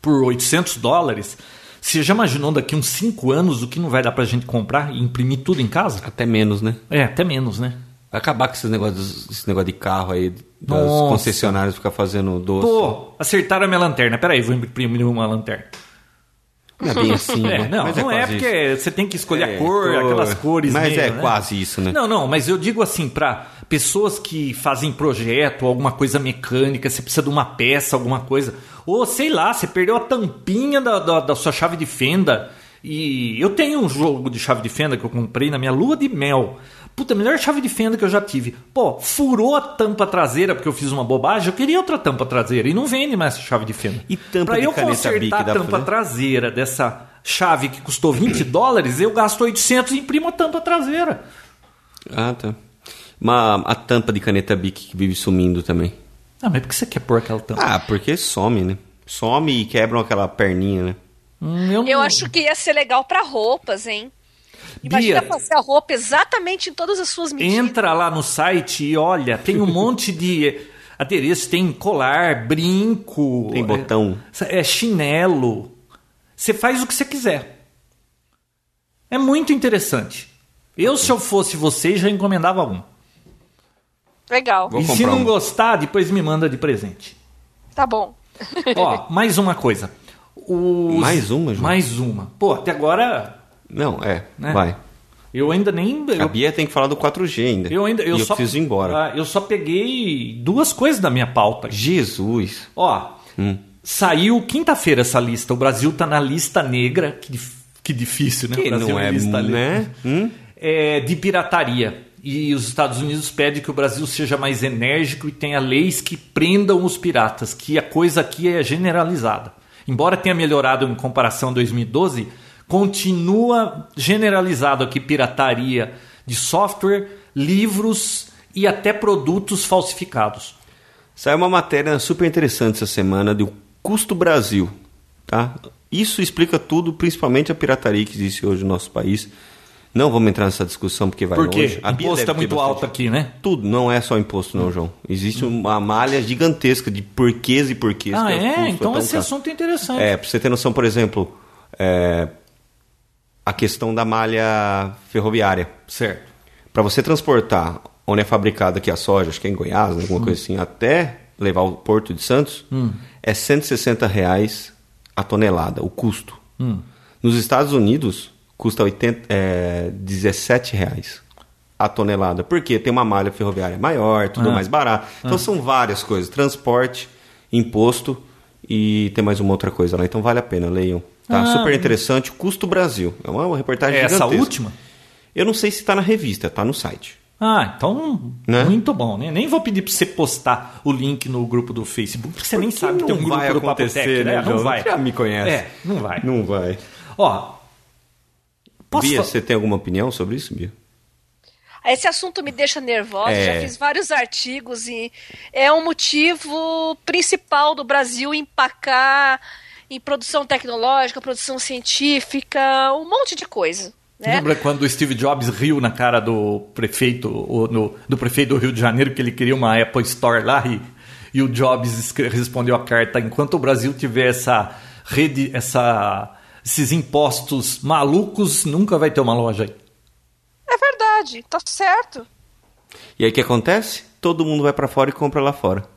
por 800 dólares, você já imaginou daqui uns 5 anos o que não vai dar pra gente comprar e imprimir tudo em casa? Até menos, né? É, até menos, né? Vai acabar com esses negócios, esse negócio de carro aí, das Nossa. concessionárias ficar fazendo doce. Pô, acertaram a minha lanterna. Peraí, vou imprimir uma lanterna. Não é bem assim, É, né? não, Mas não é, quase porque isso. você tem que escolher É, a cor, cor. aquelas cores. Mas meio, é né? quase isso, né? Não, não, mas eu digo assim, pra pessoas que fazem projeto, alguma coisa mecânica, você precisa de uma peça, alguma coisa. Ou sei lá, você perdeu a tampinha da, da, da sua chave de fenda. E eu tenho um jogo de chave de fenda que eu comprei na minha lua de mel. Puta, a melhor chave de fenda que eu já tive. Pô, furou a tampa traseira porque eu fiz uma bobagem. Eu queria outra tampa traseira e não vende mais essa chave de fenda. E tampa pra de eu caneta consertar Bic, a dá pra tampa fazer? traseira dessa chave que custou 20 dólares, eu gasto 800 e imprimo a tampa traseira. Ah, tá. Mas a tampa de caneta Bic que vive sumindo também. Ah, mas por que você quer pôr aquela tampa? Ah, porque some, né? Some e quebram aquela perninha, né? Hum, não- Eu acho que ia ser legal pra roupas, hein? Imagina Bia, fazer a roupa exatamente em todas as suas medidas. entra lá no site e olha, tem um monte de eh, adereços, tem colar, brinco, Tem eh, botão. é chinelo. Você faz o que você quiser. É muito interessante. Eu, se eu fosse você, já encomendava um. Legal. Vou e se comprar não um. gostar, depois me manda de presente. Tá bom. Ó, mais uma coisa. Os- Mais uma, João? Mais uma. Pô, até agora Não, é. Né? Vai. eu ainda nem. A Eu, Bia tem que falar do 4G ainda. eu ainda. Eu, e só, eu preciso ir embora. Ah, eu só peguei duas coisas da minha pauta. Jesus. Ó, Hum. saiu quinta-feira essa lista. O Brasil tá na lista negra. Que, dif- que difícil, né? Que o Brasil não é, lista né? Hum? é, de pirataria. E os Estados Unidos pedem que o Brasil seja mais enérgico e tenha leis que prendam os piratas, que a coisa aqui é generalizada. Embora tenha melhorado em comparação a 2012, continua generalizado aqui pirataria de software, livros e até produtos falsificados. Saiu uma matéria super interessante essa semana do Custo Brasil, tá? Isso explica tudo, principalmente a pirataria que existe hoje no nosso país. Não vamos entrar nessa discussão porque vai Por quê? longe. O É, Bia imposto deve está ter muito bastante- alto aqui, né? Tudo, não é só imposto não, João. Existe uma malha gigantesca de porquês e porquês. Hum. Ah, que o custo é? Então tão esse caro. assunto é interessante. É, pra você ter noção, por exemplo, é, a questão da malha ferroviária. Certo. Para você transportar onde é fabricada aqui a soja, acho que é em Goiás, né, alguma Hum. coisa assim, até levar ao Porto de Santos, é R$ 160 reais a tonelada, o custo. Hum. Nos Estados Unidos, custa 80, é, 17 reais a tonelada, porque tem uma malha ferroviária maior, tudo Ah. mais barato. Então são várias coisas, transporte, imposto e tem mais uma outra coisa lá, então vale a pena, leiam. Tá Ah. super interessante, custo Brasil. É uma reportagem É essa gigantesca. última? Eu não sei se está na revista, tá no site. Ah, então Né? muito bom, né? Nem vou pedir pra você postar o link no grupo do Facebook, porque você nem sabe que tem um grupo do Papotec, né? Não vai. Já me conhece. É, não vai. Não vai. Ó, posso Bia, fa- você tem alguma opinião sobre isso, Bia? Esse assunto me deixa nervosa, É. já fiz vários artigos e é um motivo principal do Brasil empacar em produção tecnológica, produção científica, um monte de coisa. Né? Lembra quando o Steve Jobs riu na cara do prefeito ou no- do prefeito do Rio de Janeiro que ele queria uma Apple Store lá e, e o Jobs escre- respondeu a carta enquanto o Brasil tiver essa rede, essa esses impostos malucos, nunca vai ter uma loja aí. É verdade, tá certo. E aí o que acontece? Todo mundo vai pra fora e compra lá fora.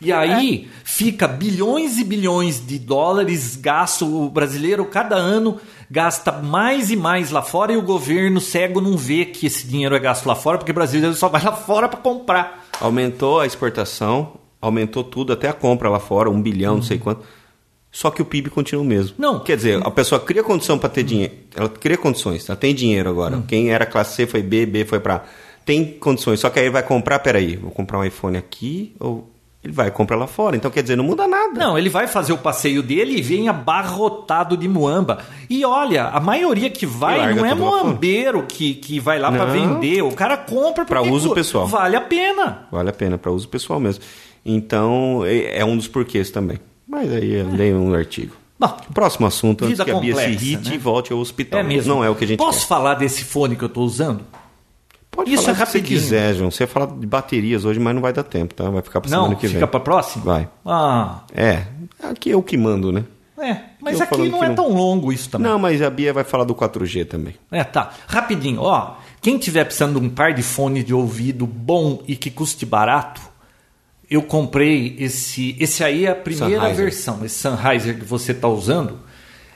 É. E aí fica bilhões e bilhões de dólares gasto. O brasileiro, cada ano, gasta mais e mais lá fora e o governo cego não vê que esse dinheiro é gasto lá fora, porque o brasileiro só vai lá fora para comprar. Aumentou a exportação, aumentou tudo, até a compra lá fora, um bilhão, não sei quanto. Só que o PIB continua o mesmo. Não. Quer dizer, a pessoa cria condição pra ter dinheiro. Ela cria condições, ela tem dinheiro agora. Quem era classe C foi B, B foi pra. A. Tem condições, só que aí ele vai comprar, peraí, vou comprar um iPhone aqui ou ele vai comprar lá fora. Então quer dizer, não muda nada. Não, ele vai fazer o passeio dele e vem abarrotado de muamba. E olha, a maioria que E vai larga não é tudo lá fora. muambeiro que, que vai lá para Não. vender. O cara compra Pra porque uso cu- pessoal. Vale a pena. Vale a pena, para uso pessoal mesmo. Então, é é um dos porquês também. Mas aí eu leio um artigo. Bom, Próximo assunto, antes Vida que a Bia se complexa, irrite né? e volte ao hospital. é mesmo. Não é o que a gente Posso quer. falar desse fone que eu tô usando? Pode Isso falar é o que você rapidinho. quiser, João. Você ia falar de baterias hoje, mas não vai dar tempo, tá? Vai ficar pra Não, semana que fica vem. pra próxima? Vai. Ah, É, aqui eu que mando, né? é. Mas Eu aqui falando não que é não. tão longo isso também. Não, mas a Bia vai falar do 4G também. É, tá. Rapidinho, ó. Quem tiver precisando de um par de fone de ouvido bom e que custe barato, eu comprei esse. Esse aí é a primeira Sennheiser. versão, esse Sennheiser que você tá usando.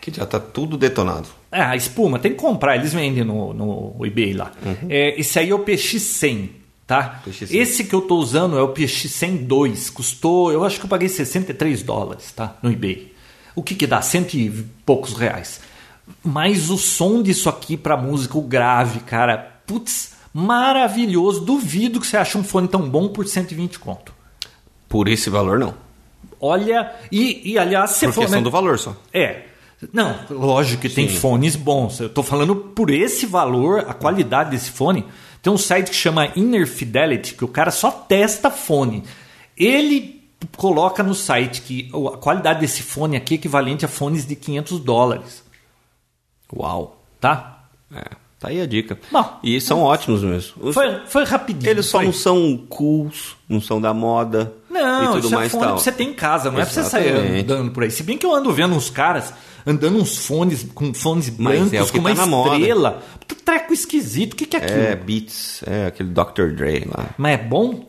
Que já tá tudo detonado. É, a espuma, tem que comprar, eles vendem no, no eBay lá. Uhum. É, esse aí é o PX100, tá? PX100. Esse que eu tô usando é o PX102, custou, eu acho que eu paguei 63 dólares, tá? No eBay. O que que dá? Cento e poucos reais. Mas o som disso aqui pra música, o grave, cara, putz, maravilhoso. Duvido que você ache um fone tão bom por 120 conto. Por esse valor, não. Olha, e, e aliás, você Por for, questão né? do valor só. É. Não, lógico que tem fones bons. Eu tô falando por esse valor, a qualidade desse fone. Tem um site que chama Inner Fidelity, que o cara só testa fone. Ele coloca no site que o- a qualidade desse fone aqui é equivalente a fones de 500 dólares, Uau. tá? É, tá aí a dica. Bom. e são ótimos mesmo. Os- Foi, foi rapidinho. Eles só foi. não são cools, não são da moda e Não, tudo isso é mais fone tal. que você tem em casa, não é pra você sair Exatamente. andando por aí. Se bem que eu ando vendo uns caras andando uns fones com fones Mas brancos, é o que com uma tá na moda. estrela. Puta, Treco esquisito, o que, que é aquilo? É, Beats, é aquele Dr. Dre lá. Mas é bom?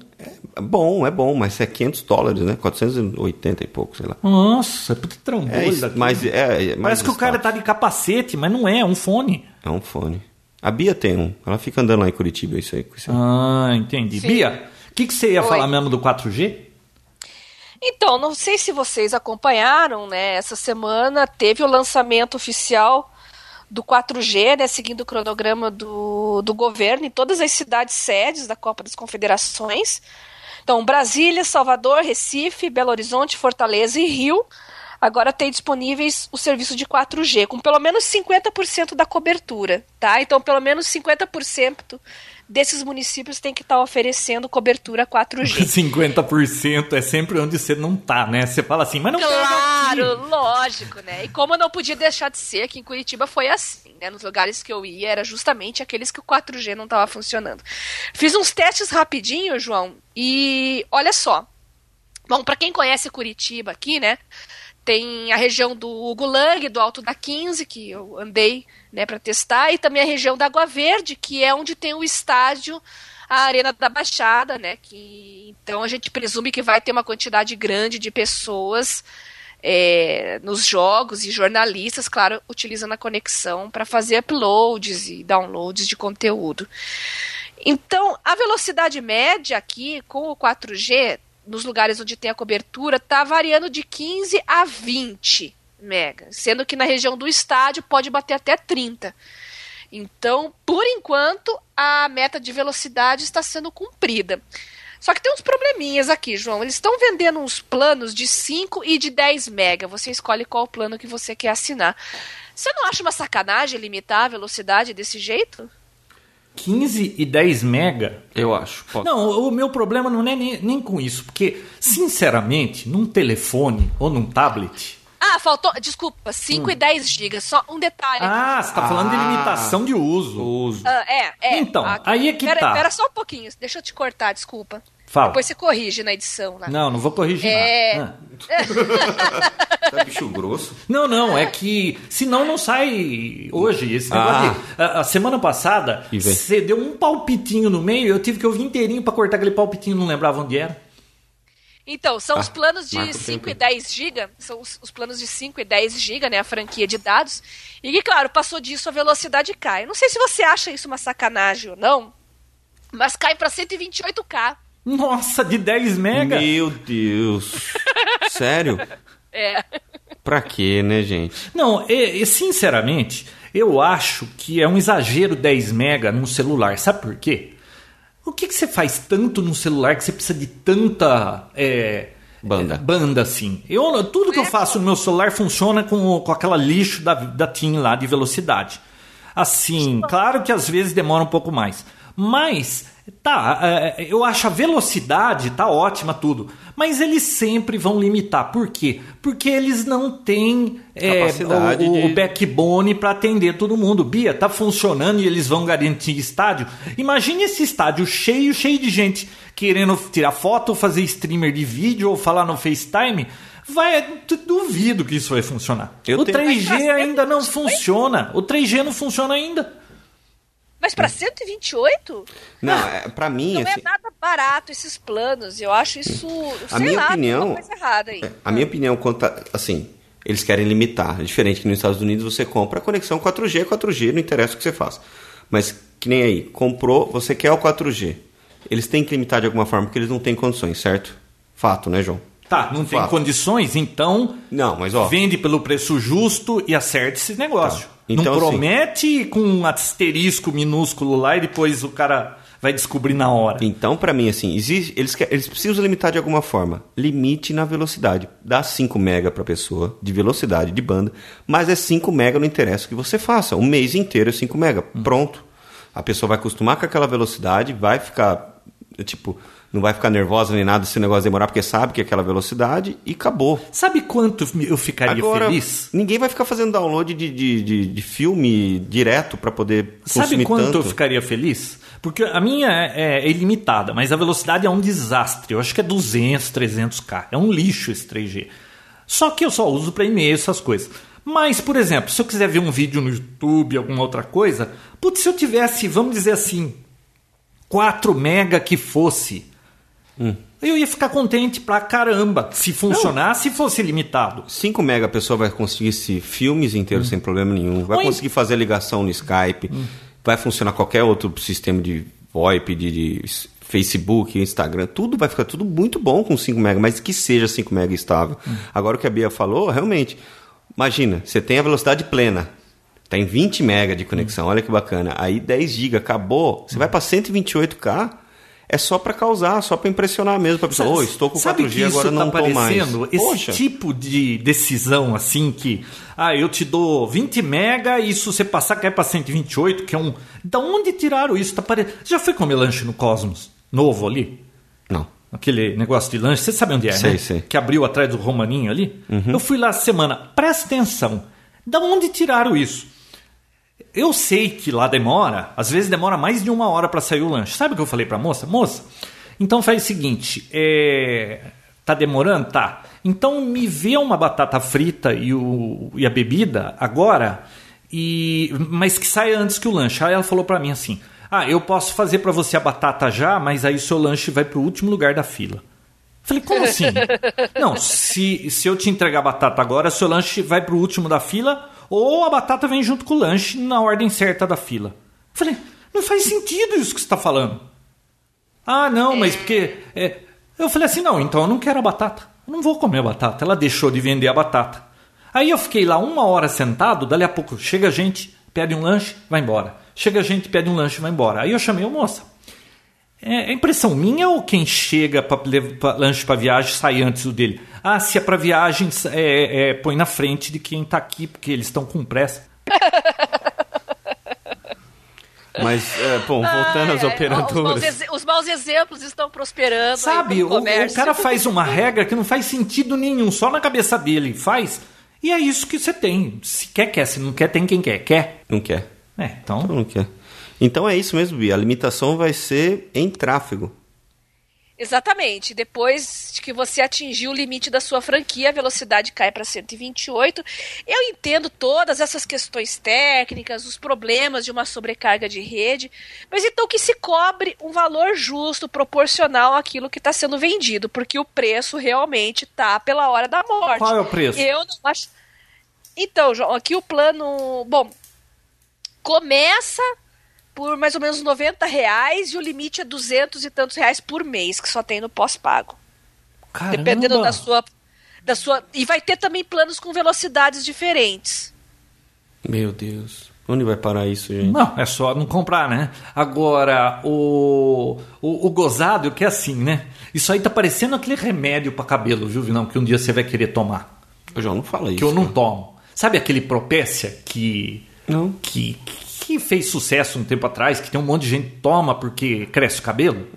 É bom, é bom, mas é 500 dólares, né? 480 e pouco, sei lá. Nossa, puta trambolho É, isso, daquilo. mas é, é mais Parece que o cara tá status. de capacete, mas não é, é um fone. É um fone. A Bia tem um. Ela fica andando lá em Curitiba, isso aí. com isso aí. Ah, entendi. Sim. Bia, o que, que você ia Oi. falar mesmo do 4G? Então, não sei se vocês acompanharam, né? Essa semana teve o lançamento oficial do 4G, né? Seguindo o cronograma do, do governo em todas as cidades sedes da Copa das Confederações. Então, Brasília, Salvador, Recife, Belo Horizonte, Fortaleza e Rio agora têm disponíveis o serviço de 4G, com pelo menos 50% da cobertura, tá? Então, pelo menos 50% desses municípios têm que estar oferecendo cobertura 4G. 50% é sempre onde você não tá, né? Você fala assim, mas não pega Claro, lógico, né? E como não podia deixar de ser, que em Curitiba foi assim, né? Nos lugares que eu ia, era justamente aqueles que o 4G não estava funcionando. Fiz uns testes rapidinho, João, e olha só. Bom, para quem conhece Curitiba aqui, né? Tem a região do Gulang, do Alto da 15, que eu andei né, para testar, e também a região da Água Verde, que é onde tem o estádio a Arena da Baixada, né? Que, então a gente presume que vai ter uma quantidade grande de pessoas é, nos jogos e jornalistas, claro, utilizando a conexão para fazer uploads e downloads de conteúdo. Então, a velocidade média aqui com o 4G, nos lugares onde tem a cobertura, está variando de 15 a 20 mega, sendo que na região do estádio pode bater até 30. Então, por enquanto, a meta de velocidade está sendo cumprida. Só que tem uns probleminhas aqui, João. Eles estão vendendo uns planos de 5 e de 10 mega. Você escolhe qual plano que você quer assinar. Você não acha uma sacanagem limitar a velocidade desse jeito? 15 e 10 mega? Eu acho. pode. Não, o meu problema não é nem, nem com isso. Porque, sinceramente, num telefone ou num tablet, Ah, faltou. Desculpa, 5 e 10 gigas. Só um detalhe. Hum. Ah, você tá falando de Ah. limitação de uso. Uso. Ah, é, é. Então, aí é que pera, tá. Pera só um pouquinho, deixa eu te cortar, desculpa. Fala. Depois você corrige na edição lá. Não, não vou corrigir É. nada. Ah. Tá bicho grosso. Não, não, é que senão não sai hoje esse negócio. Ah. de- A, a semana passada, E vem. você deu um palpitinho no meio, eu tive que ouvir inteirinho pra cortar aquele palpitinho, não lembrava onde era. Então, são Ah, os planos de marca o 5 tempo e aí. 10 GB, são os, os planos de 5 e 10 GB, né, a franquia de dados. E que, claro, passou disso, a velocidade cai. Eu Não sei se você acha isso uma sacanagem ou não, mas cai para 128K. Nossa, de 10 mega? Meu Deus. Sério? É. Pra quê, né, gente? Não, e, e, sinceramente, eu acho que é um exagero 10 mega num celular. Sabe por quê? O que, que você faz tanto num celular que você precisa de tanta é, Banda. é, banda assim? Eu, tudo que eu faço no meu celular funciona com, o- com aquela lixo da, da TIM lá de velocidade. Assim, claro que às vezes demora um pouco mais. Mas, tá, é, eu acho a velocidade tá ótima tudo. Mas eles sempre vão limitar. Por quê? Porque eles não têm é, Capacidade o, o- de- o backbone para atender todo mundo. Bia, tá funcionando e eles vão garantir estádio. Imagine esse estádio cheio, cheio de gente querendo tirar foto, ou fazer streamer de vídeo ou falar no FaceTime. Vai, tu- duvido que isso vai funcionar. Eu o tenho- 3G ainda não funciona. O 3G não funciona ainda. Mas Hum. para 128? Não, é, pra mim, Não assim, é nada barato esses planos. Eu acho isso, sei minha lá, tem opinião- uma coisa errada é, aí. É, a minha opinião quanto a, assim, eles querem limitar. É diferente que nos Estados Unidos você compra a conexão 4G, 4G, não interessa o que você faz. Mas que nem aí, comprou, você quer o 4G. Eles têm que limitar de alguma forma, porque eles não têm condições, certo? Fato, né, João? Tá, não tem Fato. condições, então Não, mas ó. vende pelo preço justo e acerta esse negócio. Tá. Então, não assim- promete com um asterisco minúsculo lá e depois o cara vai descobrir na hora. Então, pra mim, assim, existe, eles, que- eles precisam limitar de alguma forma. Limite na velocidade. Dá 5 mega pra pessoa, de velocidade, de banda, mas é 5 mega, não interessa o que você faça. Um mês inteiro é 5 mega. Hum. Pronto. A pessoa vai acostumar com aquela velocidade, vai ficar, tipo, não vai ficar nervosa nem nada se o negócio demorar, porque sabe que é aquela velocidade e acabou. Sabe quanto eu ficaria Agora, feliz? ninguém vai ficar fazendo download de, de, de, de filme direto pra poder Sabe consumir quanto tanto. eu ficaria feliz? Porque a minha é, é ilimitada, mas a velocidade é um desastre. Eu acho que é 200, 300k. É um lixo esse 3G. Só que eu só uso para e-mail, essas coisas. Mas, por exemplo, se eu quiser ver um vídeo no YouTube, alguma outra coisa, putz, se eu tivesse, vamos dizer assim, 4 mega que fosse, Hum. eu ia ficar contente pra caramba. Se funcionasse, se fosse limitado. 5 mega a pessoa vai conseguir se filmes Hum. inteiros sem problema nenhum, vai Ou em- conseguir fazer ligação no Skype, Hum. vai funcionar qualquer outro sistema de VoIP, de, de s- Facebook, Instagram, tudo vai ficar tudo muito bom com 5 mega, mas que seja 5 mega estável. Hum. Agora o que a Bia falou, realmente, imagina, você tem a velocidade plena, tem 20 mega de conexão, Hum. olha que bacana. Aí 10 giga acabou, você vai para 128k, é só para causar, só para impressionar mesmo, para pessoa, Sabe- "Oh, estou com sabe 4G que isso agora não tá tô mais. parecendo Esse tipo de decisão assim que ah, eu te dou 20 mega e isso você passar cai para 128, que é um Da onde tiraram isso? Tá pare... Já foi comer lanche no Cosmos novo ali? Não. Aquele negócio de lanche, você sabe onde é, Sei, né? sei. Uhum. Que abriu atrás do Romaninho ali. Eu fui lá essa semana. Presta atenção. Da onde tiraram isso? Eu sei que lá demora, às vezes demora mais de uma hora para sair o lanche. Sabe o que eu falei para moça? Moça, então faz o seguinte, é... tá demorando? Tá. Então me vê uma batata frita e, o... e a bebida agora, e mas que saia antes que o lanche. Aí ela falou para mim assim, ah, eu posso fazer para você a batata já, mas aí seu lanche vai pro último lugar da fila. Falei, como assim? Não, se, se eu te entregar a batata agora, seu lanche vai pro último da fila ou a batata vem junto com o lanche na ordem certa da fila. Falei, não faz sentido isso que você está falando. Ah, não, mas porque. é, Eu falei assim: não, então eu não quero a batata. Eu não vou comer a batata. Ela deixou de vender a batata. Aí eu fiquei lá uma hora sentado, dali a pouco chega gente, pede um lanche, vai embora. Chega gente, pede um lanche, vai embora. Aí eu chamei o moça. É é impressão minha ou quem chega para lanche para viagem sai antes do dele? Ah, se é para viagem, s- é, é, põe na frente de quem tá aqui, porque eles estão com pressa. Mas, é, bom, voltando às Ai, ai, Os maus, operadoras. exe- os maus exemplos estão prosperando. aí Sabe, no o, o comércio. cara faz uma regra que não faz sentido nenhum, só na cabeça dele faz. E é isso que você tem. Se quer, quer. Se não quer, tem quem quer. Quer. Não quer. É, então. Não quer. Então é isso mesmo, Bia. A limitação vai ser em tráfego. Exatamente. Depois de que você atingiu o limite da sua franquia, a velocidade cai para 128. Eu entendo todas essas questões técnicas, os problemas de uma sobrecarga de rede, mas então que se cobre um valor justo, proporcional àquilo que está sendo vendido, porque o preço realmente tá pela hora da morte. Qual é o preço? Eu não acho. Então, João, aqui o plano. Bom, começa por mais ou menos 90 reais e o limite é 200 e tantos reais por mês, que só tem no pós-pago. Caramba. Dependendo da sua, da sua. E vai ter também planos com velocidades diferentes. Meu Deus. Onde vai parar isso, gente? Não, é só não comprar, né? Agora, o, o, o gozado que é assim, né? Isso aí tá parecendo aquele remédio pra cabelo, viu, Vinão? Que um dia você vai querer tomar. Ô, João, não fala isso. Que eu não cara. tomo. Sabe aquele propécia que, Não. que, que fez sucesso um tempo atrás, que tem um monte de gente que toma porque cresce o cabelo?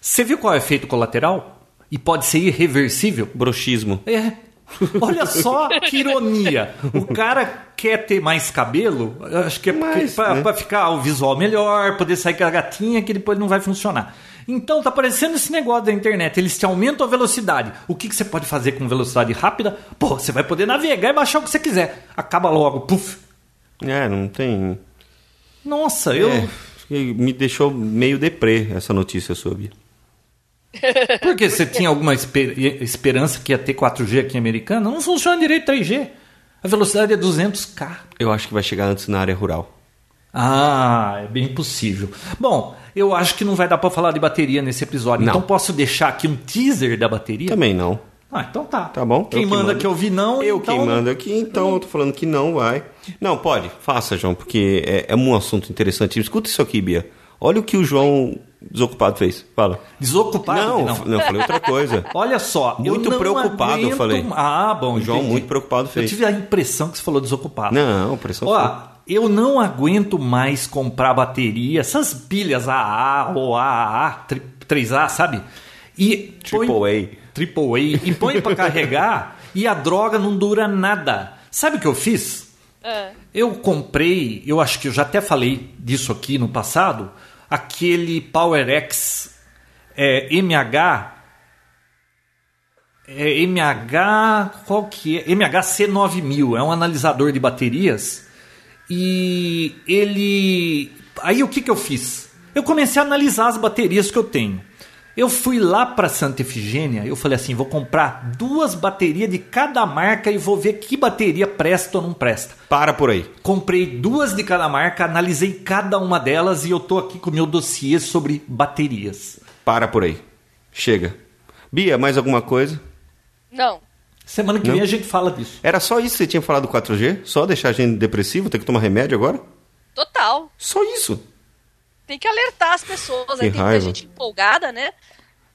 Você viu qual é o efeito colateral? E pode ser irreversível? Broxismo. É. Olha só que ironia. O cara quer ter mais cabelo, acho que é porque- Mais, pra, né? pra ficar o visual melhor, poder sair com a gatinha, que depois não vai funcionar. Então tá parecendo esse negócio da internet, eles te aumentam a velocidade. O que, que você pode fazer com velocidade rápida? Pô, você vai poder navegar e baixar o que você quiser. Acaba logo, puf. É, não tem. Nossa, eu. É, me deixou meio deprê essa notícia sua, Bia. É. Por que você tinha alguma esper- esperança que ia ter 4G aqui em americana? Não funciona direito 3G. A velocidade é 200k. Eu acho que vai chegar antes na área rural. Ah, é bem possível. Bom, eu acho que não vai dar pra falar de bateria nesse episódio. Não. Então posso deixar aqui um teaser da bateria? Também não. Ah, então tá. Tá bom? Quem Eu que manda mando. que eu vi não, Eu então... quem manda aqui, então eu tô falando que não vai. Não, pode, faça, João, porque é, é um assunto interessante. Escuta isso aqui, Bia. Olha o que o João desocupado fez. Fala. Desocupado, não, não. f- não, falei outra coisa. Olha só, eu Muito não preocupado, eu aguento falei. ma- Ah, bom, O João entendi. muito preocupado fez. Eu tive a impressão que você falou desocupado. Não, pressão Ó, eu não aguento mais comprar bateria, essas pilhas AA ou AAA, tri- 3A, sabe? E põe- Triple Triple A e põe pra carregar e a droga não dura nada. Sabe o que eu fiz? Ah. Eu comprei, eu acho que eu já até falei disso aqui no passado, aquele PowerX é, MH é MH. Qual que é? MHC9000. É um analisador de baterias. E ele. Aí o que, que eu fiz? Eu comecei a analisar as baterias que eu tenho. Eu fui lá para Santa Efigênia, eu falei assim: vou comprar duas baterias de cada marca e vou ver que bateria presta ou não presta. A. Para por aí. Comprei duas de cada marca, analisei cada uma delas e eu tô aqui com o meu dossiê sobre baterias. Para por aí. Chega. Bia, mais alguma coisa? Não. Semana que Não. vem a gente fala disso. Era só isso que você tinha falado do 4G? Só deixar a gente depressivo, ter que tomar remédio agora? Total. Só isso. Tem que alertar as pessoas. Aí Que tem muita raiva. gente empolgada, né?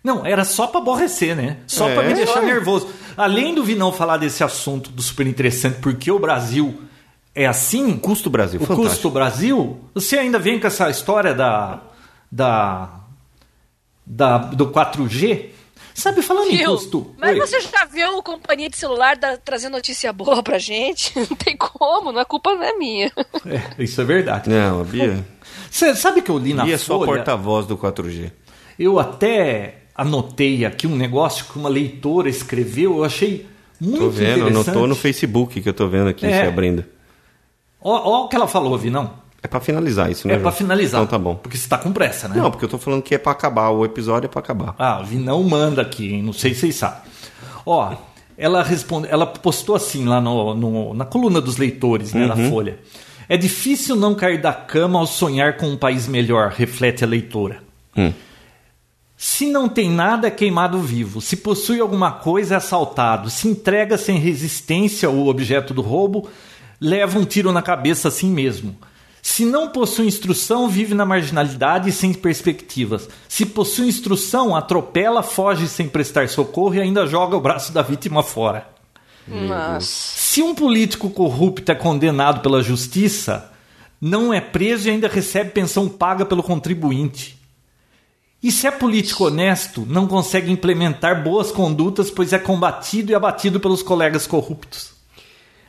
Não, era só pra aborrecer, né? Só É. pra me deixar É. nervoso. Além do Vinão falar desse assunto do super interessante, porque o Brasil é assim, Custo Brasil, o É fantástico. custo Brasil, você ainda vem com essa história da da da, do 4G. Sabe, falando em Viu? custo. Mas Oi. você já viu a companhia de celular da- trazendo notícia boa pra gente? Não tem como, não é culpa não é minha. É, isso é verdade. Não, a Bia, Cê, sabe que eu li na Bia é só a Folha? porta-voz do 4G. Eu até anotei aqui um negócio que uma leitora escreveu, eu achei muito Tô vendo, interessante. anotou no Facebook que eu tô vendo aqui, É. se abrindo. Ó, ó o que ela falou, Vinão. É pra finalizar isso, né? É pra Ju? finalizar. Então tá bom. Porque você tá com pressa, né? Não, porque eu tô falando que é pra acabar, o episódio é pra acabar. Ah, o Vinão manda aqui, hein? não sei se vocês sabem. Ó, ela responde, ela postou assim lá no, no- na coluna dos leitores, né, Uhum. da Folha. É difícil não cair da cama ao sonhar com um país melhor, reflete a leitora. Hum. Se não tem nada, é queimado vivo. Se possui alguma coisa, é assaltado. Se entrega sem resistência ao objeto do roubo, leva um tiro na cabeça assim mesmo. Se não possui instrução, vive na marginalidade e sem perspectivas. Se possui instrução, atropela, foge sem prestar socorro e ainda joga o braço da vítima fora. Nossa. Se um político corrupto é condenado pela justiça, não é preso e ainda recebe pensão paga pelo contribuinte. E se é político honesto, não consegue implementar boas condutas, pois é combatido e abatido pelos colegas corruptos.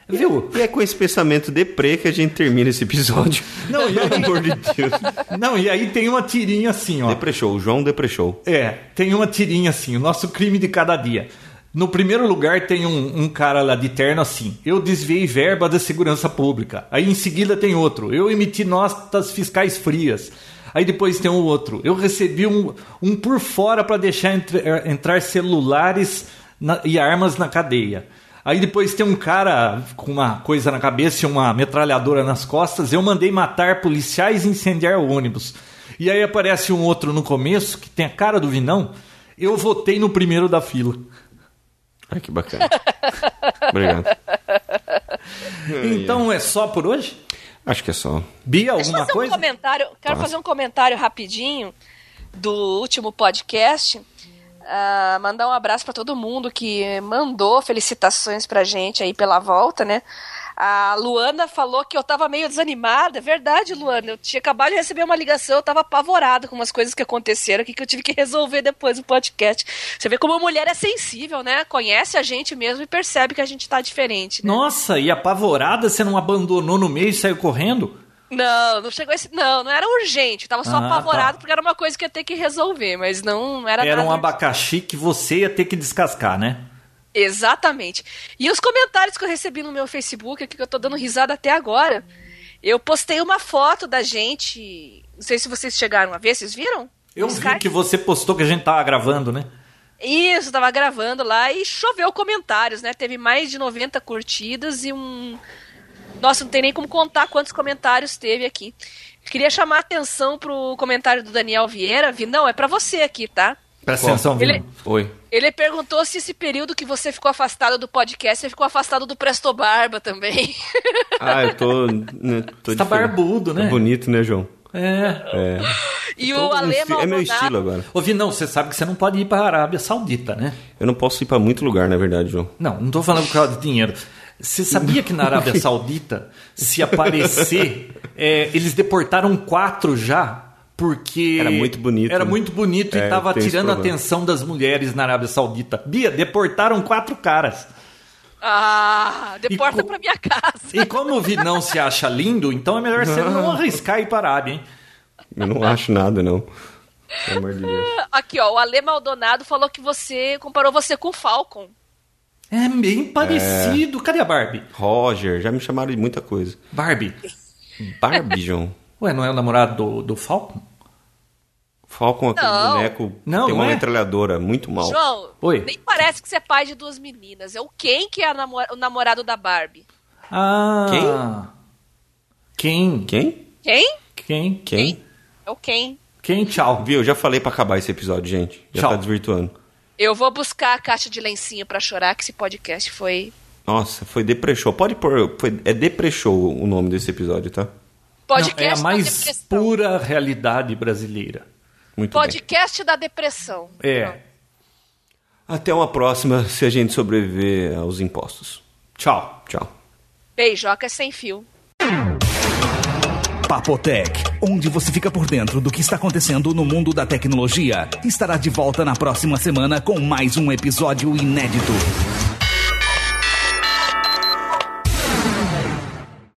Viu? E é com esse pensamento deprê que a gente termina esse episódio. Não, e Pelo amor de Deus. Não, e aí tem uma tirinha assim, ó. Deprechou, o João deprechou. É, tem uma tirinha assim, o nosso crime de cada dia. No primeiro lugar tem um, um cara lá de terno assim, eu desviei verba da segurança pública. Aí em seguida tem outro, eu emiti notas fiscais frias. Aí depois tem um outro, eu recebi um, um por fora para deixar entre- eh, entrar celulares na- e armas na cadeia. Aí depois tem um cara com uma coisa na cabeça e uma metralhadora nas costas, eu mandei matar policiais e incendiar ônibus. E aí aparece um outro no começo que tem a cara do Vinão. Eu votei no primeiro da fila. Ai, que bacana. Obrigado. então é só por hoje? Acho que é só. Bia, Deixa eu alguma fazer um coisa? comentário. Quero fazer um comentário rapidinho do último podcast. Ah, mandar um abraço para todo mundo que mandou felicitações pra gente aí pela volta, né? A Luana falou que eu tava meio desanimada. É verdade, Luana. Eu tinha acabado de receber uma ligação, eu tava apavorada com umas coisas que aconteceram, que que eu tive que resolver depois do podcast. Você vê como a mulher é sensível, né? Conhece a gente mesmo e percebe que a gente tá diferente. Né? Nossa, e apavorada, você não abandonou no meio e saiu correndo? Não, não chegou esse. Não, não era urgente. Eu tava só Ah, apavorado tá. porque era uma coisa que ia ter que resolver, mas não era, Era nada. um urgente. abacaxi que você ia ter que descascar, né? Exatamente. E os comentários que eu recebi no meu Facebook, aqui que eu tô dando risada até agora. Eu postei uma foto da gente. Não sei se vocês chegaram a ver, vocês viram? Eu Os vi caras- que você postou que a gente tava gravando, né? Isso, tava gravando lá e choveu comentários, né? Teve mais de 90 curtidas e um. Nossa, não tem nem como contar quantos comentários teve aqui. Queria chamar a atenção pro comentário do Daniel Vieira. Vi, não, é pra você aqui, tá? Presta atenção, Ele- Vinão. Oi. Ele perguntou se esse período que você ficou afastado do podcast, você ficou afastado do Presto Barba também. Ah, eu tô. Né, tô Você tá diferente. barbudo, né? Tá bonito, né, João? É. É. E Todo o um Ale esti- É meu Maldonado- estilo agora. Ô, Vinão, você sabe que você não pode ir pra Arábia Saudita, né? Eu não posso ir pra muito lugar, na verdade, João. Não, não tô falando por causa de dinheiro. Você sabia que na Arábia Saudita, se aparecer, é, eles deportaram quatro já? Porque. Era muito bonito, Era né? muito bonito É, e tava tem esse tirando a problema. atenção das mulheres na Arábia Saudita. Bia, deportaram quatro caras. Ah, deporta co- pra minha casa. E como o Vinão se acha lindo, então é melhor você não arriscar ir para a Arábia, hein? Eu não acho nada, não. Pelo amor de Deus. Aqui, ó, o Ale Maldonado falou que você comparou você com o Falcon. É bem parecido. Cadê a Barbie? Roger, já me chamaram de muita coisa. Barbie. Barbie, João. Ué, não é o namorado do, do Falcon? Falcon é aquele Não. boneco. Não, tem uma não é? metralhadora, muito mal. João, Oi. nem parece que você é pai de duas meninas. É o Ken que é a namora- o namorado da Barbie. Ah. Quem? Quem? Quem? Quem? Quem? Quem? É o Ken. Quem? Tchau. Viu, eu já falei pra acabar esse episódio, gente. Já Tchau. tá desvirtuando. Eu vou buscar a caixa de lencinho pra chorar, que esse podcast foi. Nossa, foi Deprechou. Pode pôr. Foi, é Deprechou o nome desse episódio, tá? Podcast Não, é a da mais depressão. pura realidade brasileira. Muito bem. Podcast da depressão. É. Pronto. Até uma próxima, se a gente sobreviver aos impostos. Tchau. Tchau. é Beijoca sem fio. Papotec, onde você fica por dentro do que está acontecendo no mundo da tecnologia, estará de volta na próxima semana com mais um episódio inédito.